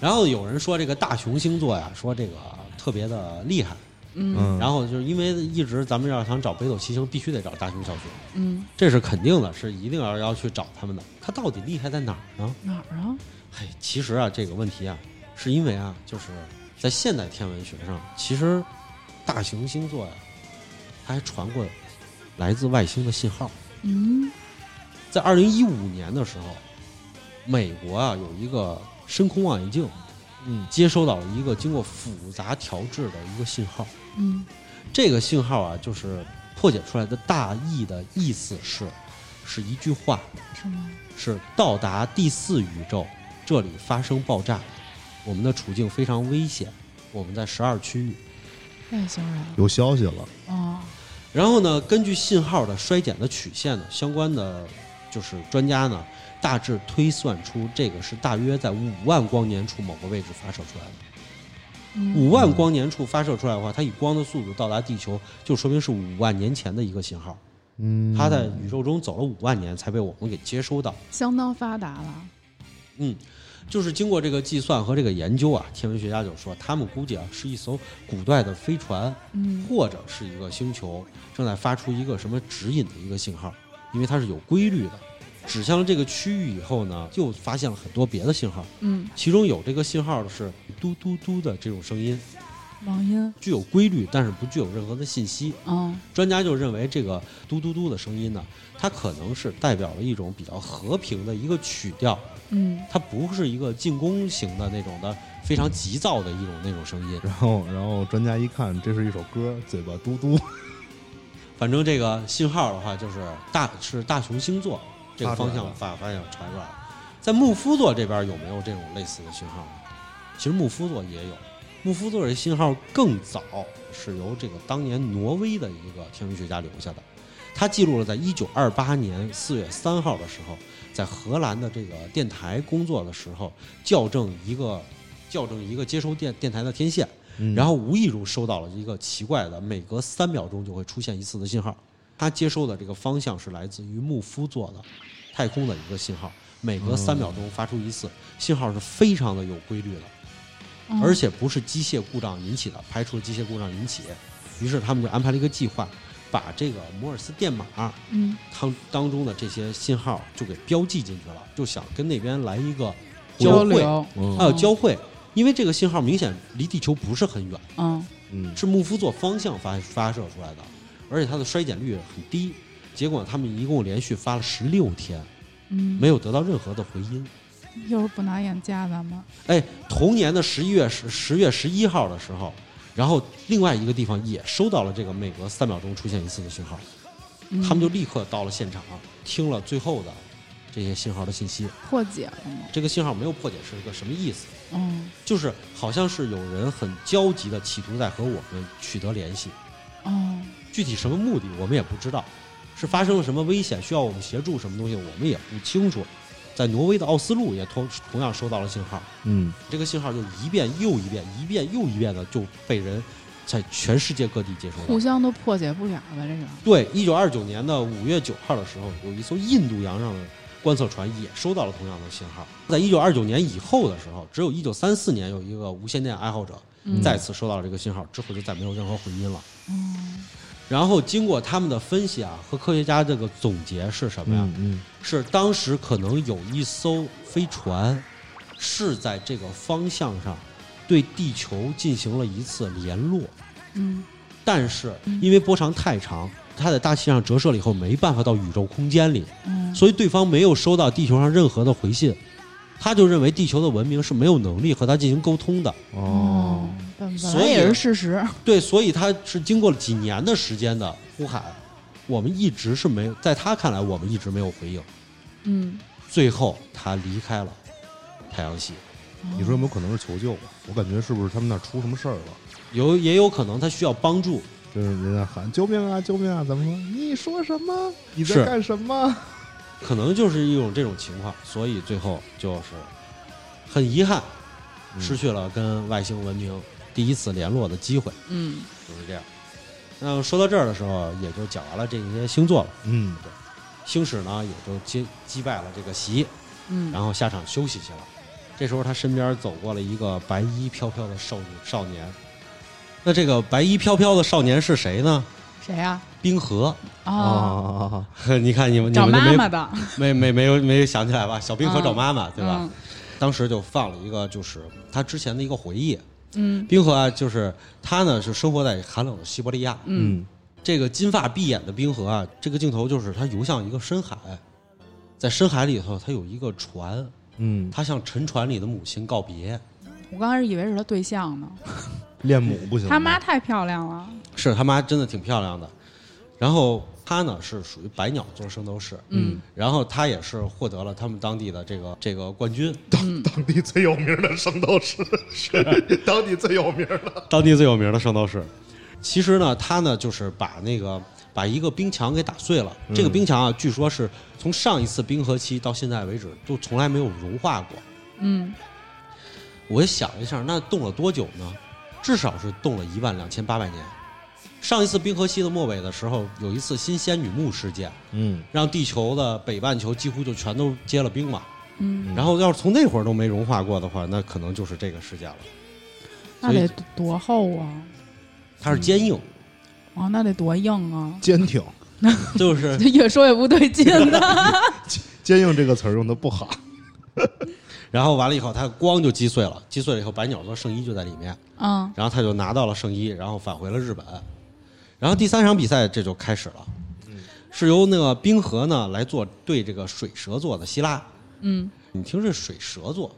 S3: 然后有人说这个大熊星座呀，说这个特别的厉害。
S2: 嗯
S4: 嗯，
S3: 然后就是因为一直咱们要想找北斗七星，必须得找大熊小熊，
S2: 嗯，
S3: 这是肯定的，是一定要要去找他们的。它到底厉害在哪儿呢？
S2: 哪儿啊？
S3: 嘿，其实啊，这个问题啊，是因为啊，就是在现代天文学上，其实大行星座呀、它还传过来自外星的信号。
S2: 嗯
S3: 在二零一五年的时候，美国啊有一个深空望远镜
S4: 嗯
S3: 接收到了一个经过复杂调制的一个信号，
S2: 嗯
S3: 这个信号啊，就是破解出来的大意的意思是，是一句话，
S2: 是吗？
S3: 是到达第四宇宙，这里发生爆炸，我们的处境非常危险，我们在十二区域。
S2: 外星人
S4: 有消息了，
S2: 哦，
S3: 然后呢，根据信号的衰减的曲线呢，相关的就是专家呢，大致推算出这个是大约在五万光年处某个位置发射出来的。
S2: 嗯
S3: 五万光年处发射出来的话，它以光的速度到达地球，就说明是五万年前的一个信号。
S4: 嗯，
S3: 它在宇宙中走了五万年才被我们给接收到。
S2: 相当发达了。
S3: 嗯，就是经过这个计算和这个研究啊，天文学家就说，他们估计啊是一艘古代的飞船，
S2: 嗯
S3: 或者是一个星球正在发出一个什么指引的一个信号，因为它是有规律的，指向了这个区域以后呢，又发现了很多别的信号，
S2: 嗯，
S3: 其中有这个信号的是嘟嘟嘟的这种声音，
S2: 网音。
S3: 具有规律，但是不具有任何的信息。
S2: 嗯
S3: 专家就认为这个嘟嘟嘟的声音呢，它可能是代表了一种比较和平的一个曲调，
S2: 嗯
S3: 它不是一个进攻型的那种的非常急躁的一种那种声音。
S4: 然后然后专家一看，这是一首歌，嘴巴嘟嘟，
S3: 反正这个信号的话，就是大是大熊星座这个方向发发现传出来了。在牧夫座这边有没有这种类似的信号呢？其实牧夫座也有，牧夫座这信号更早，是由这个当年挪威的一个天文学家留下的。他记录了在一九二八年四月三号的时候，在荷兰的这个电台工作的时候，校正一个校正一个接收电电台的天线，
S4: 嗯
S3: 然后无意中收到了一个奇怪的，每隔三秒钟就会出现一次的信号。它接收的这个方向是来自于牧夫座的太空的一个信号，每隔三秒钟发出一次，信号是非常的有规律的，
S2: 嗯
S3: 而且不是机械故障引起的，排除了机械故障引起。于是他们就安排了一个计划，把这个摩尔斯电码
S2: 嗯
S3: 当当中的这些信号就给标记进去了，就想跟那边来一个
S2: 交
S3: 汇，
S2: 流。
S3: 还有
S2: 嗯
S3: 交汇，因为这个信号明显离地球不是很远。
S2: 嗯
S4: 嗯
S3: 是木夫座方向发发射出来的，而且它的衰减率很低。结果他们一共连续发了十六天，
S2: 嗯，
S3: 没有得到任何的回音。
S2: 又是不拿眼架咱们。
S3: 哎，同年的十一月十十月十一号的时候，然后另外一个地方也收到了这个每隔三秒钟出现一次的信号，
S2: 嗯
S3: 他们就立刻到了现场，听了最后的这些信号的信息。
S2: 破解了嘛。
S3: 这个信号没有破解是一个什么意思，
S2: 嗯
S3: 就是好像是有人很焦急的企图在和我们取得联系。
S2: 哦
S3: 具体什么目的我们也不知道，是发生了什么危险需要我们协助什么东西我们也不清楚。在挪威的奥斯陆也同同样收到了信号，
S4: 嗯
S3: 这个信号就一遍又一遍、一遍又一遍的就被人在全世界各地接收
S2: 互
S3: 到。
S2: 相都破解不了吧？这个
S3: 对，一九二九年的五月九号的时候，有一艘印度洋上的观测船也收到了同样的信号。在一九二九年以后的时候，只有一九三四年有一个无线电爱好者
S2: 嗯
S3: 再次收到了这个信号，之后就再没有任何回音了。
S2: 嗯
S3: 然后经过他们的分析啊和科学家这个总结是什么呀？
S4: 嗯嗯
S3: 是当时可能有一艘飞船是在这个方向上对地球进行了一次联络，
S2: 嗯
S3: 但是因为波长太长，它在大气上折射了以后没办法到宇宙空间里，
S2: 嗯
S3: 所以对方没有收到地球上任何的回信。他就认为地球的文明是没有能力和它进行沟通的，
S4: 哦，
S2: 嗯本本
S3: 所
S2: 来
S3: 以
S2: 也是事实，
S3: 对，所以他是经过了几年的时间的呼喊，我们一直是没有，在他看来我们一直没有回应。
S2: 嗯，
S3: 最后他离开了太阳系，
S4: 你说有没有可能是求救啊？我感觉是不是他们那儿出什么事儿了？
S3: 有也有可能他需要帮助，
S4: 就是人家喊救命啊救命啊！咱们说你说什么？你在
S3: 是
S4: 干什么？
S3: 可能就是一种这种情况，所以最后就是很遗憾，
S4: 嗯
S3: 失去了跟外星文明第一次联络的机会，
S2: 嗯
S3: 就是这样。那说到这儿的时候，也就讲完了这些星座了。
S4: 嗯，
S3: 星矢呢，也就击击败了这个席，
S2: 嗯，
S3: 然后下场休息去了。这时候他身边走过了一个白衣飘飘的少女少年。那这个白衣飘飘的少年是谁呢？
S2: 谁呀？
S3: 冰河。
S2: 啊，
S4: 啊，
S3: 你看哦你们你
S2: 找
S3: 们就
S2: 妈
S3: 没
S2: 妈的，
S3: 没没没有没有想起来吧？小冰河
S2: 嗯
S3: 找妈妈，对吧？
S2: 嗯？
S3: 当时就放了一个，就是他之前的一个回忆。
S2: 嗯
S3: 冰河啊，就是他呢是生活在寒冷的西伯利亚。
S2: 嗯，
S3: 这个金发碧眼的冰河啊，这个镜头就是他游向一个深海，在深海里头，他有一个船，
S4: 嗯，
S3: 他向沉船里的母亲告别。
S2: 我刚开始以为是他对象呢，
S4: 恋母不行吗，
S2: 他妈太漂亮了，
S3: 是他妈真的挺漂亮的。然后他呢是属于百鸟座圣斗士，
S2: 嗯，
S3: 然后他也是获得了他们当地的这个这个冠军，
S4: 当当地最有名的圣斗士，是当地最有名的。
S3: 当地最有名的圣斗士。其实呢，他呢就是把那个把一个冰墙给打碎了。这个冰墙啊，据说是从上一次冰河期到现在为止都从来没有融化过。
S2: 嗯
S3: 我也想了一下，那冻了多久呢？至少是冻了一万两千八百年。上一次冰河期的末尾的时候，有一次新仙女木事件，
S4: 嗯，
S3: 让地球的北半球几乎就全都结了冰嘛。
S2: 嗯，
S3: 然后要是从那会儿都没融化过的话，那可能就是这个事件了。
S2: 那得多厚啊？
S3: 它是坚硬，
S2: 哦，那得多硬啊！
S4: 坚挺，
S3: 就是
S2: 越说越不对劲呢。
S4: 坚硬这个词儿用的不好。
S3: 然后完了以后，他光就击碎了，击碎了以后，白鸟座圣衣就在里面，
S2: 嗯
S3: 然后他就拿到了圣衣，然后返回了日本。然后第三场比赛这就开始了，是由那个冰河呢来做对这个水蛇座的希拉。
S2: 嗯
S3: 你听这水蛇座，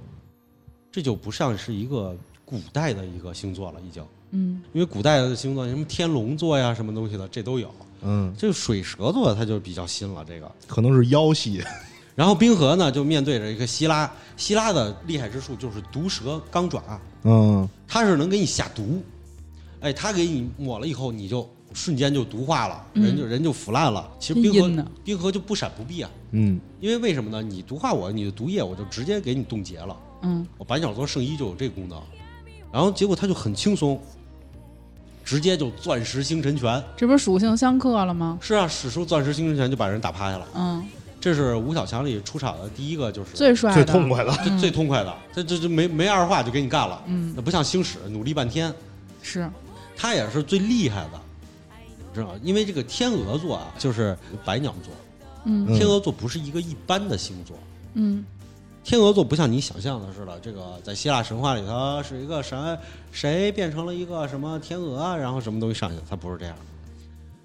S3: 这就不像是一个古代的一个星座了，已经，
S2: 嗯
S3: 因为古代的星座什么天龙座呀，什么东西的这都有。
S4: 嗯，
S3: 这个水蛇座它就比较新了，这个。
S4: 可能是妖系。
S3: 然后冰河呢就面对着一个希拉，希拉的厉害之处就是毒蛇钢爪。
S4: 嗯，
S3: 它是能给你下毒，哎，它给你抹了以后，你就瞬间就毒化了，人就人就腐烂了。其实
S2: 真
S3: 冰
S2: 阴呐
S3: 河冰河就不闪不避啊，
S4: 嗯
S3: 因为为什么呢？你毒化我，你的毒液我就直接给你冻结了。
S2: 嗯
S3: 我白鸟座圣衣就有这功能，然后结果它就很轻松，直接就钻石星辰拳。
S2: 这不是属性相克了吗？
S3: 是啊，使出钻石星辰拳就把人打趴下了。
S2: 嗯，
S3: 这是吴小强里出场的第一个，就是
S2: 最嗯帅
S4: 最
S2: 的，
S4: 痛快的。
S3: 最最痛快的，这这这没没二话就给你干了。嗯，那不像星矢努力半天。
S2: 是
S3: 他也是最厉害的，你知道吗？因为这个天鹅座啊，就是白鸟座，
S2: 嗯
S3: 天鹅座不是一个一般的星座。
S2: 嗯
S3: 天鹅座不像你想象的似的，这个在希腊神话里头是一个谁谁变成了一个什么天鹅啊，然后什么东西上去了，它不是这样的。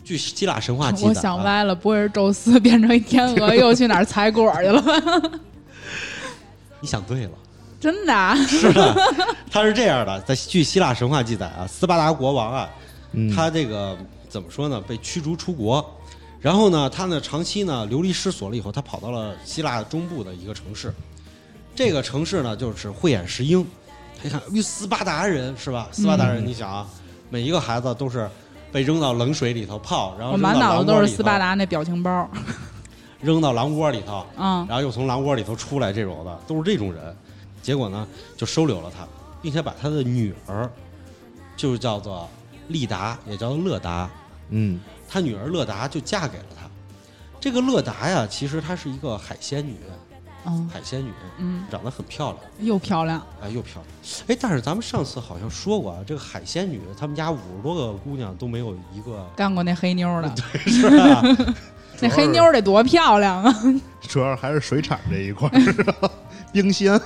S3: 据希腊神话记载、啊，
S2: 我想歪了，不会是宙斯变成一天鹅又去哪儿采果去了 吧？
S3: 你想对了，
S2: 真的啊，
S3: 是的，他是这样的。在据希腊神话记载啊，斯巴达国王啊，
S2: 嗯
S3: 他这个怎么说呢？被驱逐出国，然后呢，他呢长期呢流离失所了以后，他跑到了希腊中部的一个城市，这个城市呢就是慧眼识英。他一看，哟，斯巴达人是吧？斯巴达人，
S2: 嗯
S3: 你想啊，每一个孩子都是被扔到冷水里头泡，然后
S2: 我
S3: 扔到
S2: 满脑
S3: 狼
S2: 子都
S3: 窝
S2: 是
S3: 里
S2: 斯
S3: 头，
S2: 巴达那表情包。
S3: 扔到狼窝里头，
S2: 嗯
S3: 然后又从狼窝里头出来，这种的都是这种人。结果呢，就收留了他，并且把他的女儿，就是叫做利达，也叫做乐达，
S4: 嗯
S3: 他女儿乐达就嫁给了他。这个乐达呀，其实她是一个海仙女，
S2: 嗯
S3: 海仙女，
S2: 嗯，
S3: 长得很漂亮，
S2: 又漂亮，
S3: 哎，又漂亮。哎，但是咱们上次好像说过啊，这个海仙女，他们家五十多个姑娘都没有一个
S2: 干过那黑妞儿的，
S3: 是吧？
S2: 那黑妞儿得多漂亮啊！
S4: 主要还是水产这一块儿，冰鲜。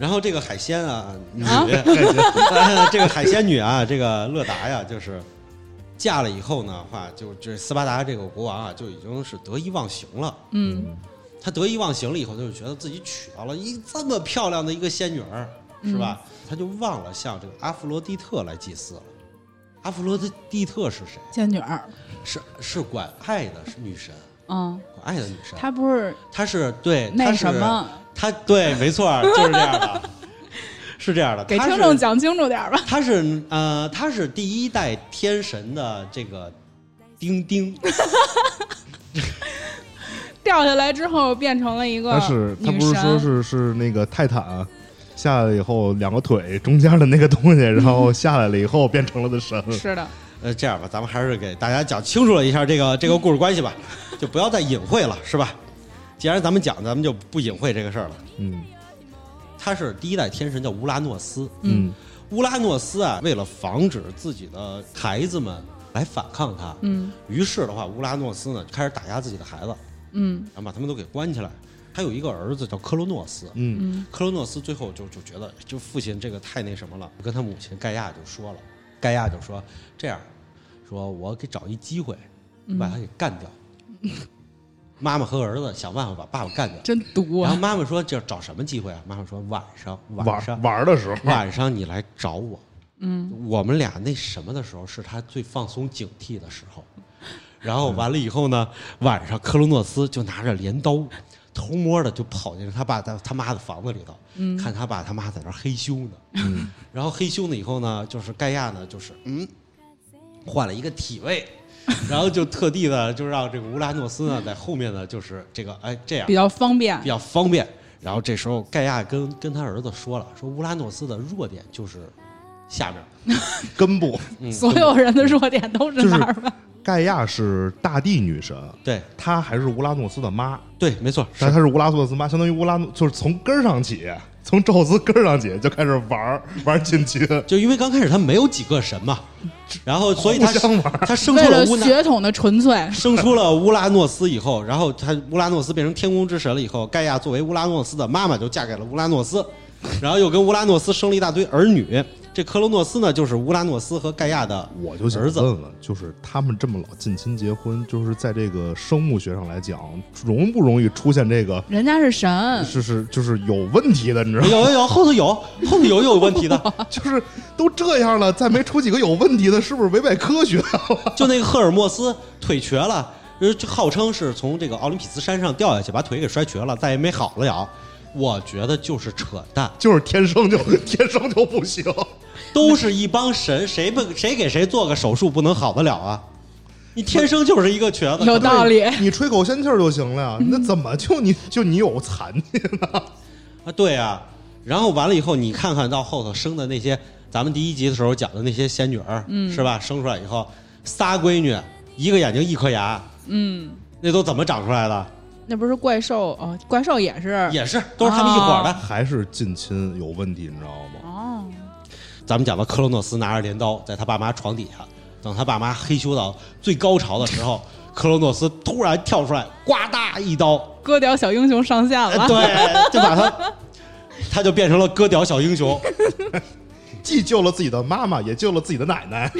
S3: 然后这个海鲜啊，女，
S2: 啊
S3: 哎这个海鲜女啊，这个乐达呀，就是嫁了以后呢，话就这斯巴达这个国王啊，就已经是得意忘形了。
S2: 嗯
S3: 他得意忘形了以后，就是觉得自己娶到了一这么漂亮的一个仙女儿，是吧？
S2: 嗯
S3: 他就忘了向这个阿弗罗狄特来祭祀了。阿弗罗狄特是谁？
S2: 仙女儿，
S3: 是是管爱的女神，
S2: 嗯，
S3: 管爱的女神。
S2: 她不是
S3: 她是对，
S2: 那
S3: 她是
S2: 什么，
S3: 她对，没错，就是这样的，是这样的。
S2: 给
S3: 她是
S2: 听众讲清楚点儿吧。
S3: 他是呃，他是第一代天神的这个丁丁，
S2: 掉下来之后变成了一个
S4: 他是他
S2: 女
S4: 不是说
S2: 神，
S4: 是是那个泰坦下来以后，两个腿中间的那个东西，然后下来了以后变成了的神。
S2: 是的，
S3: 呃，这样吧，咱们还是给大家讲清楚了一下这个这个故事关系吧，就不要再隐晦了，是吧？既然咱们讲，咱们就不隐晦这个事儿了。
S4: 嗯
S3: 他是第一代天神，叫乌拉诺斯。
S4: 嗯
S3: 乌拉诺斯啊，为了防止自己的孩子们来反抗他，
S2: 嗯
S3: 于是的话，乌拉诺斯呢开始打压自己的孩子，
S2: 嗯
S3: 然后把他们都给关起来。他有一个儿子叫克罗诺斯，
S4: 嗯
S2: 嗯
S3: 克罗诺斯最后就就觉得，就父亲这个太那什么了，跟他母亲盖亚就说了，盖亚就说这样，说我给找一机会把他
S2: 嗯，
S3: 给干 掉。妈妈和儿子想办法把爸爸干掉。
S2: 真毒
S3: 然后
S2: 啊！
S3: 妈妈说这找什么机会啊？妈妈说晚上晚
S4: 玩
S3: 上
S4: 玩的时候，
S3: 晚上你来找我。
S2: 嗯，
S3: 我们俩那什么的时候是他最放松警惕的时候。然后完了以后呢，晚上克罗诺斯就拿着镰刀，偷摸的就跑进他爸他他妈的房子里头，看他爸他妈在那儿嘿咻呢。 然后嘿咻呢以后呢，就是盖亚呢就是嗯，换了一个体位，然后就特地的就让这个乌拉诺斯呢在后面呢就是这个哎这样
S2: 比较方便
S3: 比，较方便。然后这时候盖亚跟跟他儿子说了，说乌拉诺斯的弱点就是下面。
S4: 根部
S3: 嗯
S2: 所有人的弱点都是那儿吧？
S4: 盖亚是大地女神，
S3: 对
S4: 她还是乌拉诺斯的妈，
S3: 对，没错，
S4: 但
S3: 是
S4: 她是乌拉诺斯妈，相当于乌拉诺就是从根儿上起，从宙斯根儿上起就开始玩儿玩进去，
S3: 就因为刚开始他没有几个神嘛，然后所以他
S4: 互相玩儿。
S3: 他生出
S2: 为
S3: 了
S2: 了
S3: 乌拉
S2: 血统的纯粹，
S3: 生出了乌拉诺斯以后，然后他乌拉诺斯变成天空之神了以后，盖亚作为乌拉诺斯的妈妈就嫁给了乌拉诺斯，然后又跟乌拉诺斯生了一大堆儿女。这克罗诺斯呢，就是乌拉诺斯和盖亚的
S4: 我就想
S3: 儿子
S4: 问问，就是他们这么老近亲结婚，就是在这个生物学上来讲，容不容易出现这个
S2: 人家是神，
S4: 是是就是有问题的，你知道
S3: 有
S4: 吗？
S3: 有有后头有后头有有问题的，
S4: 就是都这样了，再没出几个有问题的，是不是违背科学啊了？
S3: 就那个赫尔墨斯腿瘸了，呃，就号称是从这个奥林匹斯山上掉下去，把腿给摔瘸了，再也没好得了。我觉得就是扯淡，
S4: 就是天生就 天生就不行。
S3: 都是一帮神，谁不谁给谁做个手术不能好得了啊？你天生就是一个瘸子，
S2: 有道理。
S3: 哎
S4: 你吹口仙气儿就行 了呀，那怎么就你就你有残疾呢？
S3: 啊，对啊。然后完了以后，你看看到后头生的那些，咱们第一集的时候讲的那些仙女儿，嗯，是吧？生出来以后，仨闺女，一个眼睛一颗牙，
S2: 嗯，
S3: 那都怎么长出来的？
S2: 那不是怪兽哦，怪兽也是
S3: 也是都是他们一伙儿的。
S4: 还是近亲有问题，你知道吗？
S2: 哦，
S3: 咱们讲到克罗诺斯拿着镰刀在他爸妈床底下，等他爸妈嘿咻到最高潮的时候，克罗诺斯突然跳出来，呱嗒一刀，
S2: 割掉小英雄上线
S3: 哎
S4: 呃
S2: 了，
S3: 对，就把他，他就变成了割屌小英雄。
S4: 既救了自己的妈妈，也救了自己的 奶奶，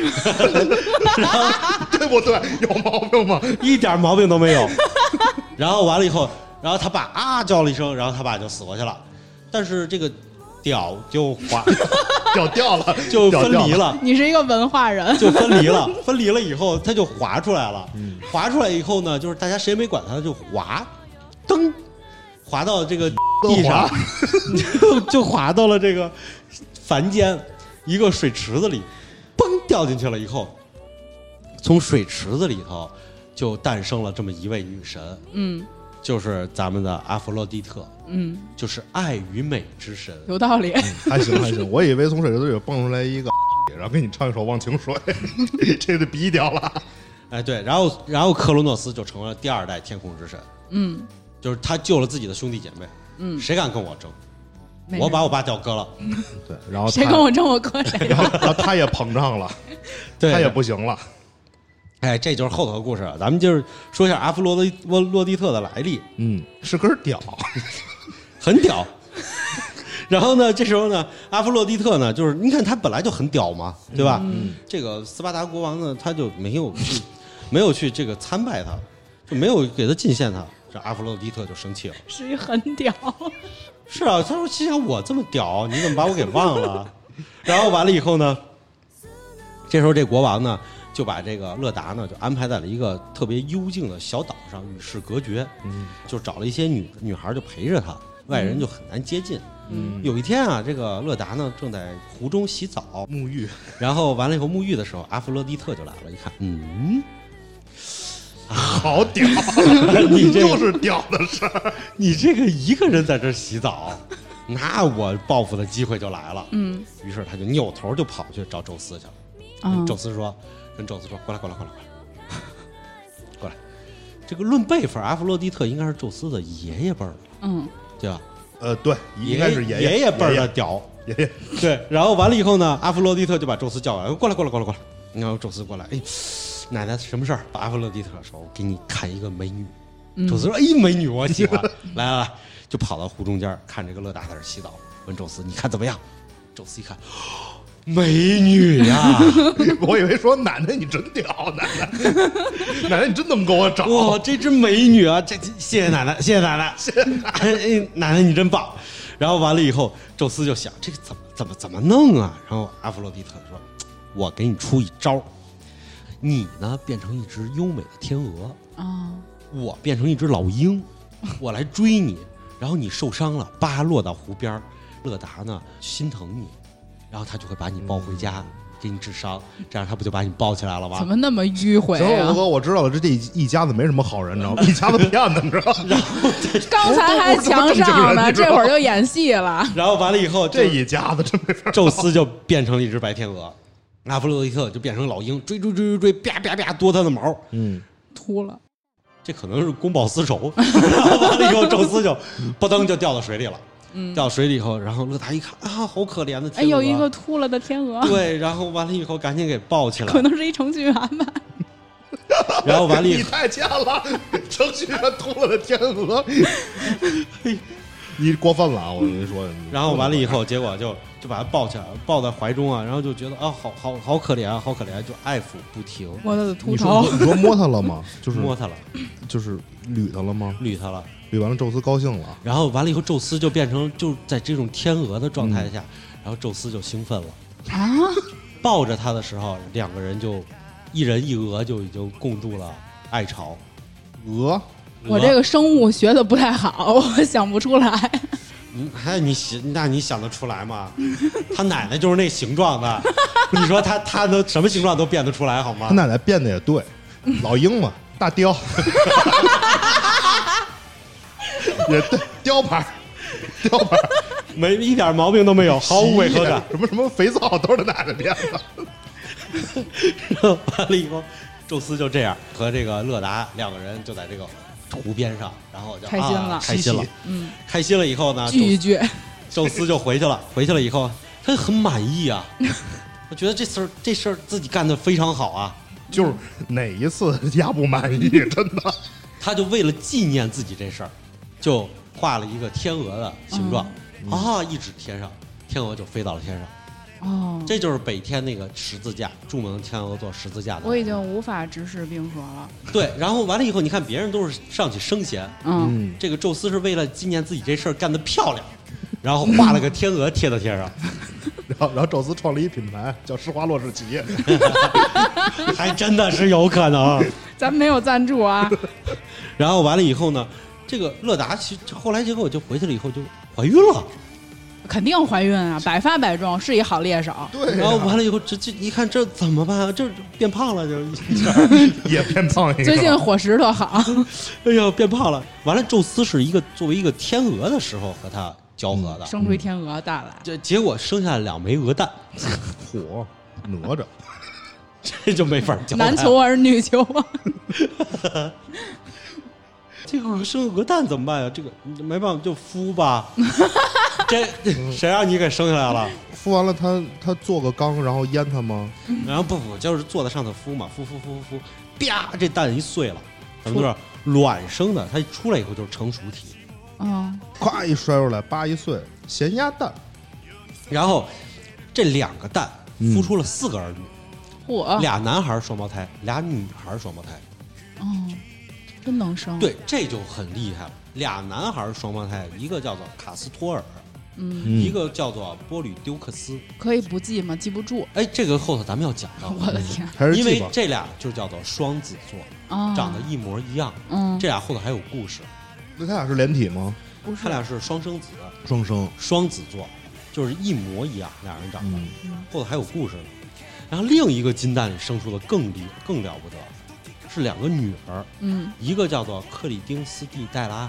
S4: 然后对不对？有毛病吗？
S3: 一点毛病都没有。然后完了以后，然后他爸啊叫了一声，然后他爸就死过去了。但是这个屌就滑
S4: 掉 掉了，
S3: 就
S4: 掉
S3: 分
S4: 掉
S3: 离了。
S2: 你是一个文化人，
S3: 就分离了，分离了以后，他就滑出来了。滑出来以后呢，就是大家谁也没管他，他就滑，噔，滑到这个地上，就 就滑到了这个凡间一个水池子里，嘣掉进去了以后，从水池子里头就诞生了这么一位女神，
S2: 嗯
S3: 就是咱们的阿佛洛狄特，
S2: 嗯，
S3: 就是爱与美之神。
S2: 有道理。
S4: 还行还行，我以为从水池里蹦出来一个，然后给你唱一首《忘情水》， 这就逼掉了。
S3: 哎，对，然后然后克罗诺斯就成了第二代天空之神。
S2: 嗯，
S3: 就是他救了自己的兄弟姐妹，
S2: 嗯，
S3: 谁敢跟我争？
S2: 没嗯
S3: 我
S2: 人
S3: 把我爸吊割了，
S4: 对，然后
S2: 谁
S4: 他
S2: 跟我争我哥 谁
S4: 然后然后他也膨胀 了，
S3: 对
S4: 他也不行了。
S3: 哎，这就是后头的故事了。咱们就是说一下阿弗罗德洛洛蒂特的来历，
S4: 嗯，是根屌，
S3: 很屌。 然后呢，这时候呢，阿弗洛狄特呢，就是你看他本来就很屌嘛，对吧？
S2: 嗯
S3: 这个斯巴达国王呢，他就没有去，没有去这个参拜他，就没有给他进献他。这阿弗洛狄特就生气了，
S2: 是一很屌，
S3: 是啊，他说心想我这么屌，你怎么把我给忘了？ 然后完了以后呢，这时候这国王呢就把这个乐达呢就安排在了一个特别幽静的小岛上，与世隔绝，
S2: 嗯
S3: 就找了一些女女孩就陪着他，外人就很难接近。
S2: 嗯
S3: 有一天啊，这个乐达呢正在湖中洗澡，
S4: 沐浴
S3: 然后完了以后沐浴的时候，阿弗洛狄特就来了，一看， 嗯，
S4: 好 屌，
S3: 你这
S4: 就是屌的事儿。
S3: 你这个一个人在这儿洗澡，那我报复的机会就来了。
S2: 嗯
S3: 于是他就扭头就跑去找宙斯去了。
S2: 啊
S3: 宙斯说：“跟宙斯说，过来，过来，过来，过来，过来。这个论辈分，阿弗洛狄特应该是宙斯的爷爷辈儿的，
S2: 嗯
S3: 对吧？
S4: 呃，对，应该是
S3: 爷
S4: 爷
S3: 爷辈儿的
S4: 爷
S3: 屌。
S4: 爷爷
S3: 对，然后完了以后呢，阿弗洛狄特就把宙斯叫过来，过来，过来，过来，过来。然后宙斯过来，哎，奶奶什么事儿？把阿弗洛狄特说，我给你看一个美女。
S2: 嗯
S3: 宙斯说，哎，美女我喜欢。来来来，就跑到湖中间看这个乐达在这洗澡，问宙斯你看怎么样？宙斯一看，哦美女呀、
S4: 我以为说奶奶你真屌，奶奶，奶奶你真能给我 找。
S3: 哇，这只美女啊，这谢谢 奶奶，谢谢奶奶，谢谢奶奶，奶奶你真棒。然后完了以后，宙斯就想这个怎么怎么怎么弄啊？然后阿弗洛狄特说：“我给你出一招，你呢变成一只优美的天鹅，
S2: 啊
S3: 我变成一只老鹰，我来追你，然后你受伤了，叭落到湖边儿，乐达呢心疼你，然后他就会把你抱回家，给你治伤，这样他不就把你抱起来了
S2: 嗯
S3: 吗？
S2: 怎么那么迂回
S4: 行了，
S2: 啊
S4: 吴？哥，我知道了，这这一一家子没什么好人，你 知道吗？一家子骗子，你知道吗？
S2: 刚才还墙上呢，
S4: 我我这么正经人
S2: 这会儿就演戏了。
S3: 然后完了以后，
S4: 这一家子真没法。
S3: 宙斯就变成了一只白天鹅，阿弗洛狄特就变成老鹰，追追追追追，啪啪啪多他的毛。
S4: 嗯，
S2: 秃了，
S3: 这可能是公报私仇。 然后完了以后，宙斯就扑腾就掉到水里了。掉水里以后，然后乐达一看啊，好可怜的
S2: 嗯哎，
S3: 天
S2: 有
S3: 鹅。
S2: 一个秃了的天鹅，
S3: 对，然后完了以后赶紧给抱起来
S2: 可，能是一程序员吧。
S3: 然后完了以
S4: 你
S3: 后，
S4: 太贱了，程序员秃了的天鹅，哎你过分了啊！我跟你说，你
S3: 然后完了以后，结果就就把他抱起来，抱在怀中啊，然后就觉得啊，好好好可怜啊，好可怜，就爱抚不停，
S2: 摸他的秃
S4: 你说
S2: 头，
S4: 你说摸他了吗？就是
S3: 摸他了，
S4: 就是捋他了吗？
S3: 捋他了。
S4: 捋完了，宙斯高兴了。
S3: 然后完了以后，宙斯就变成就是在这种天鹅的状态下，然后宙斯就兴奋了
S2: 啊！
S3: 抱着他的时候，两个人就一人一鹅就已经共度了爱巢。
S4: 鹅，
S3: 嗯
S2: 我这个生物学的不太好， 我想不出来。
S3: 嗯，还你想，那你想得出来 吗？他奶奶就是那形状的，你说他他都什么形状都变得出来好
S4: 他
S3: 吗？
S4: 奶奶变得也对，老鹰嘛，大雕， 也对，雕牌儿，雕牌儿，
S3: 没一点毛病都 没有，毫无违和感。
S4: 什么什么肥皂都是他奶奶变的。
S3: 完了以后，宙斯就这样和这个乐达两个人就在这个湖边上，然后就
S2: 开心
S3: 啊
S2: 了
S3: 开心了
S4: 嘻嘻，
S2: 嗯，
S3: 开心了以后呢，宙
S2: 聚一聚，
S3: 宙斯就回去了，回去了以后，他很满意 啊，我觉得这事儿这事儿自己干的非常好啊，
S4: 就是哪一次压不满意，真的。
S3: 他就为了纪念自己这事儿，就画了一个天鹅的形状、
S2: 嗯
S3: 啊，一指天上，天鹅就飞到了天上，
S2: 哦，
S3: 这就是北天那个十字架，著名天鹅座十字架的。
S2: 我已经无法直视冰河了。
S3: 对，然后完了以后，你看别人都是上去升仙，
S2: 嗯，
S4: 嗯，
S3: 这个宙斯是为了纪念自己这事儿干得漂亮，然后画了个天鹅贴到天上。
S4: 然后然后宙斯创了一品牌叫施华洛世 奇，
S3: 还真的是有可能。
S2: 咱没有赞助啊。
S3: 然后完了以后呢，这个乐达其实后来结果就回去了以后就怀孕了，
S2: 肯定怀孕啊，百发百中，是一好猎 手。
S4: 对
S3: 然
S4: 呀、
S3: 后完了以后这这一看这怎么办啊？这变胖了就一下，
S4: 也变胖一个。
S2: 最近伙食特 好，
S3: 哎呀变胖了。完了，宙斯是一个作为一个天鹅的时候和他交合的，
S2: 生出一天鹅蛋来。
S3: 这结果生下了两枚鹅蛋，
S4: 火哪吒，
S3: 嗯 这就没法交代了
S2: 男求儿，女求啊，
S3: 这个路上生个鹅蛋怎么办呀？这个没办法，就孵吧。这谁让你给生下来了？
S4: 孵完了它它做个缸，然后腌它吗？
S3: 然后不不，就是坐在上头孵嘛，孵孵孵孵孵，啪，这蛋一碎了，咱们就是卵生的，它一出来以后就是成熟体。
S2: 嗯，
S4: 咵一摔出来，叭一碎，咸鸭蛋。
S3: 然后这两个蛋
S4: 嗯
S3: 孵出了四个儿女，
S2: 火，
S3: 俩男孩儿双胞胎，俩女孩儿双胞胎。
S2: 嗯，真能生。，
S3: 对，这就很厉害了。俩男孩儿双胞胎，一个叫做卡斯托尔，
S2: 嗯，
S4: 嗯
S3: 一个叫做波吕丢克斯。
S2: 可以不记吗？记不住。
S3: 哎，这个后头咱们要讲到，
S2: 我的天
S4: 还是
S3: 因
S4: 记
S3: 为
S4: 吧。
S3: 这俩就叫做双子座，
S2: 啊！
S3: 长得一模一样。
S2: 嗯，
S3: 这俩后头还有故事，
S4: 那它俩是连体吗？
S2: 不是
S3: 他俩是双生子，
S4: 双
S2: 啊
S4: 生。
S3: 双子座，就是一模一样，俩人长得。
S4: 嗯，
S3: 后头还有故事呢。然后另一个金蛋里生出的更厉更了不得，是两个女儿，
S2: 嗯
S3: 一个叫做克里丁斯蒂黛拉，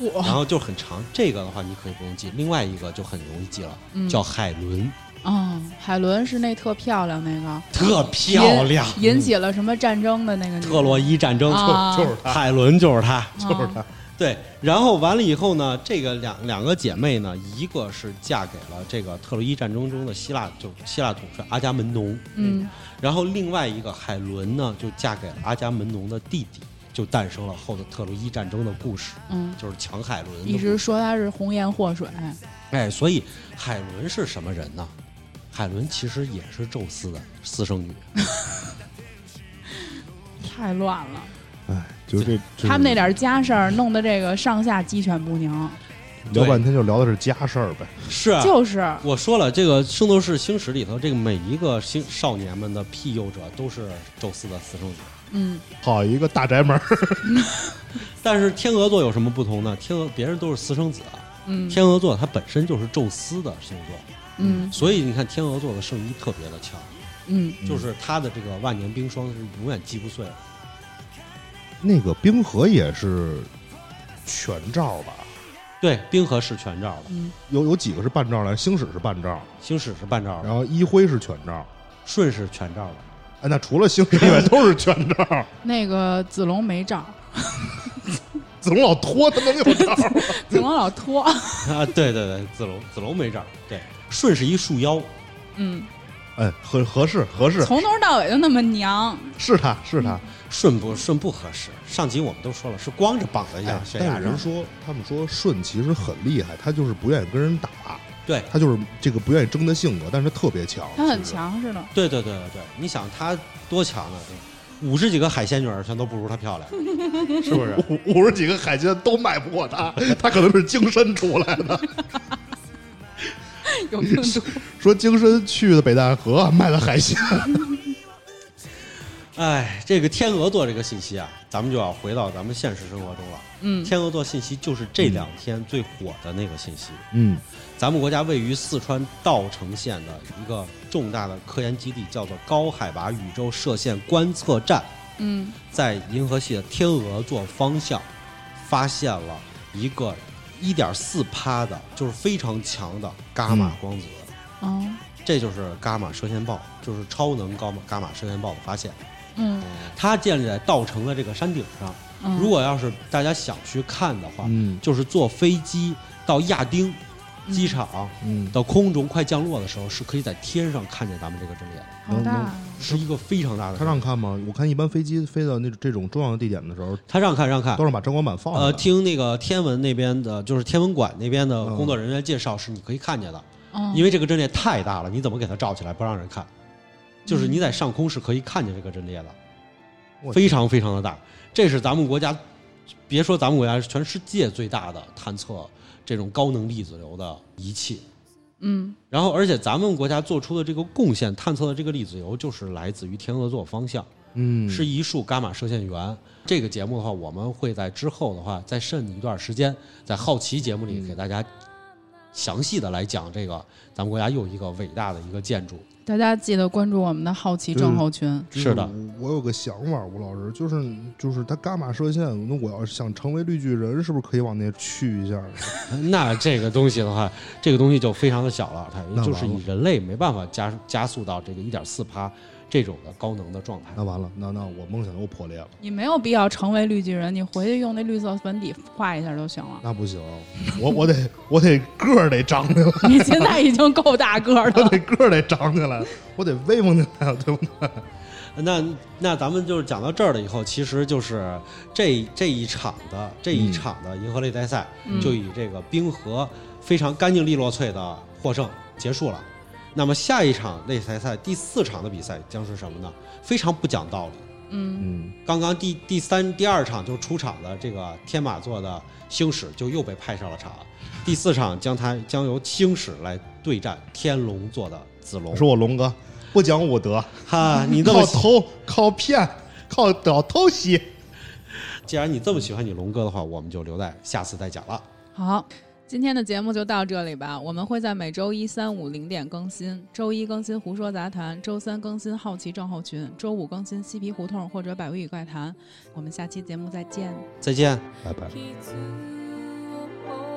S3: 然
S2: 火
S3: 后就很长。这个的话你可以不用记，另外一个就很容易记了，
S2: 嗯
S3: 叫海伦，
S2: 嗯，海伦是那特漂亮那个，
S3: 特漂亮，嗯
S2: 引起了什么战争的那个女的
S3: 特洛伊战争
S2: 啊
S4: 就是它，
S3: 海伦就是她。
S4: 就是它。
S3: 对，然后完了以后呢，这个两两个姐妹呢，一个是嫁给了这个特洛伊战争中的希腊，就希腊统帅阿伽门农，
S2: 嗯，
S3: 然后另外一个海伦呢，就嫁给了阿伽门农的弟弟，就诞生了后的特洛伊战争的故事，
S2: 嗯，
S3: 就是抢海伦的故事。
S2: 一直说她是红颜祸水，
S3: 哎，所以海伦是什么人呢？海伦其实也是宙斯的私生女，
S2: 太乱了。
S4: 哎，就是这这
S2: 他们那点家事儿弄得这个上下鸡犬不
S3: 啊
S2: 宁，
S4: 聊半天就聊的是家事儿呗。
S3: 是啊
S2: 就是
S3: 我说了，这个《圣斗士星矢》里头，这个每一个星少年们的庇佑者都是宙斯的私生女。
S2: 嗯
S4: 好一个大宅门儿，
S3: 但是天鹅座有什么不同呢？天鹅别人都是私生子啊，
S2: 嗯
S3: 天鹅座它本身就是宙斯的星座，
S2: 嗯
S3: 所以你看天鹅座的圣衣特别的强，
S2: 嗯，
S3: 就是它的这个万年冰霜是永远击不碎的。
S4: 那个冰河也是全罩吧？
S3: 对，冰河是全罩的，
S4: 有有几个是半罩来？星矢是半罩，
S3: 星矢是半罩
S4: 然
S3: 的，
S4: 后一辉是全罩。
S3: 舜是全罩的。
S4: 哎，那除了星矢以外都是全罩。
S2: 那个子龙没照，
S4: 子龙老拖他能有罩？
S2: 子龙老 拖，
S3: 啊，对对对，子龙子龙没这儿。对，舜是一束腰，
S2: 嗯，
S4: 哎，合合适合适，
S2: 从头到尾就那么娘，
S4: 是他是他。
S3: 舜不舜不合适。上集我们都说了，是光着膀子
S4: 哎
S3: 压，悬
S4: 但
S3: 崖
S4: 是
S3: 上
S4: 人。说他们说舜其实很厉害，他就是不愿意跟人打，
S3: 对
S4: 他就是这个不愿意争的性格，但是他特别强，
S2: 他很
S4: 其实。
S2: 强似的，
S3: 对对对对对，你想他多强啊！五十几个海仙女儿全都不如她漂亮，是不是？
S4: 五五十几个海鲜都迈不过他，他可能是精深出来的。
S2: 有病毒，
S4: 说精深去的北戴河啊卖的海 鲜，
S3: 哎，这个天鹅座这个信息啊，咱们就要回到咱们现实生活中了。
S2: 嗯
S3: 天鹅座信息就是这两天最火的那个信息。
S4: 嗯，
S3: 咱们国家位于四川稻城县的一个重大的科研基地，叫做高海拔宇宙射线观测站，
S2: 嗯
S3: 在银河系的天鹅座方向发现了一个1.4帕的，就是非常强的伽马光子。
S2: 哦
S3: 这就是伽马射线暴，就是超能伽马伽马射线暴的发现。
S2: 嗯
S3: 它建立在稻城的这个山顶上。
S2: 嗯，
S3: 如果要是大家想去看的话，
S4: 嗯
S3: 就是坐飞机到亚丁机场，
S4: 嗯，
S3: 到空中快降落的时候，是可以在天上看见咱们这个阵列的，
S2: 好大啊，
S3: 是一个非常大的阵列。
S4: 他让看吗？我看一般飞机飞到那这种重要的地点的时候，
S3: 他让看让看
S4: 都。让把遮光板放下来。
S3: 呃，听那个天文那边的，就是天文馆那边
S4: 嗯
S3: 的工作人员介绍，是你可以看见的，
S2: 嗯
S3: 因为这个阵列太大了，你怎么给它罩起来不让人看？就是你在上空是可以看见这个阵列的，
S4: 我
S3: 非常非常的大。这是咱们国家，别说咱们国家，是全世界最大的探测这种高能粒子流的仪器。
S2: 嗯
S3: 然后，而且咱们国家做出的这个贡献，探测的这个粒子流就是来自于天鹅座方向，
S4: 嗯，
S3: 是一束伽马射线源。这个节目的话，我们会在之后的话再慎一段时间，在好奇节目
S4: 嗯
S3: 里给大家详细的来讲这个咱们国家又一个伟大的一个建筑。
S2: 大家记得关注我们的好奇
S3: 嗯
S2: 症候群，
S4: 就是
S3: 的
S4: 嗯我，我有个想法，吴老师，就是就是他伽马射线，那我要是想成为绿巨人，是不是可以往那去一下？
S3: 那这个东西的话，这个东西就非常的小了，
S4: 那
S3: 它
S4: 完了
S3: 就是以人类没办法加加速到这个一点四趴这种的高能的状态。
S4: 那完了，那那我梦想又破裂了。
S2: 你没有必要成为绿巨人，你回去用那绿色粉底画一下就行 了。
S4: 那不行，我我得我得个儿得 长起来，
S2: 你现在已经够大个儿
S4: 我
S2: 了，
S4: 得个儿得长起来，我得威风起来，对不对？
S3: 那那咱们就是讲到这儿了以后，其实就是这这一场的这
S4: 嗯
S3: 一场的银河擂台赛，
S2: 嗯
S3: 就以这个冰河非常干净利落脆的获胜结束了。那么下一场擂台赛第四场的比赛将是什么呢？非常不讲道理。
S2: 嗯，
S4: 嗯，
S3: 刚刚第第三、第二场就出场的这个天马座的星矢就又被派上了场，第四场将他将由星矢来对战天龙座的子龙
S4: 我。说我龙哥不讲武德，
S3: 哈，你这么
S4: 靠
S3: 喜
S4: 偷靠骗靠搞偷袭，
S3: 既然你这么喜欢你龙哥的话，我们就留在下次再讲了。
S2: 好。今天的节目就到这里吧，我们会在每周一、三、五零点更新，周一更新《胡说杂谈》，周三更新《好奇症候群》，周五更新《嬉皮胡同》或者《百味与怪谈》。我们下期节目再见。
S3: 再见。
S4: 拜拜。
S1: 傷を負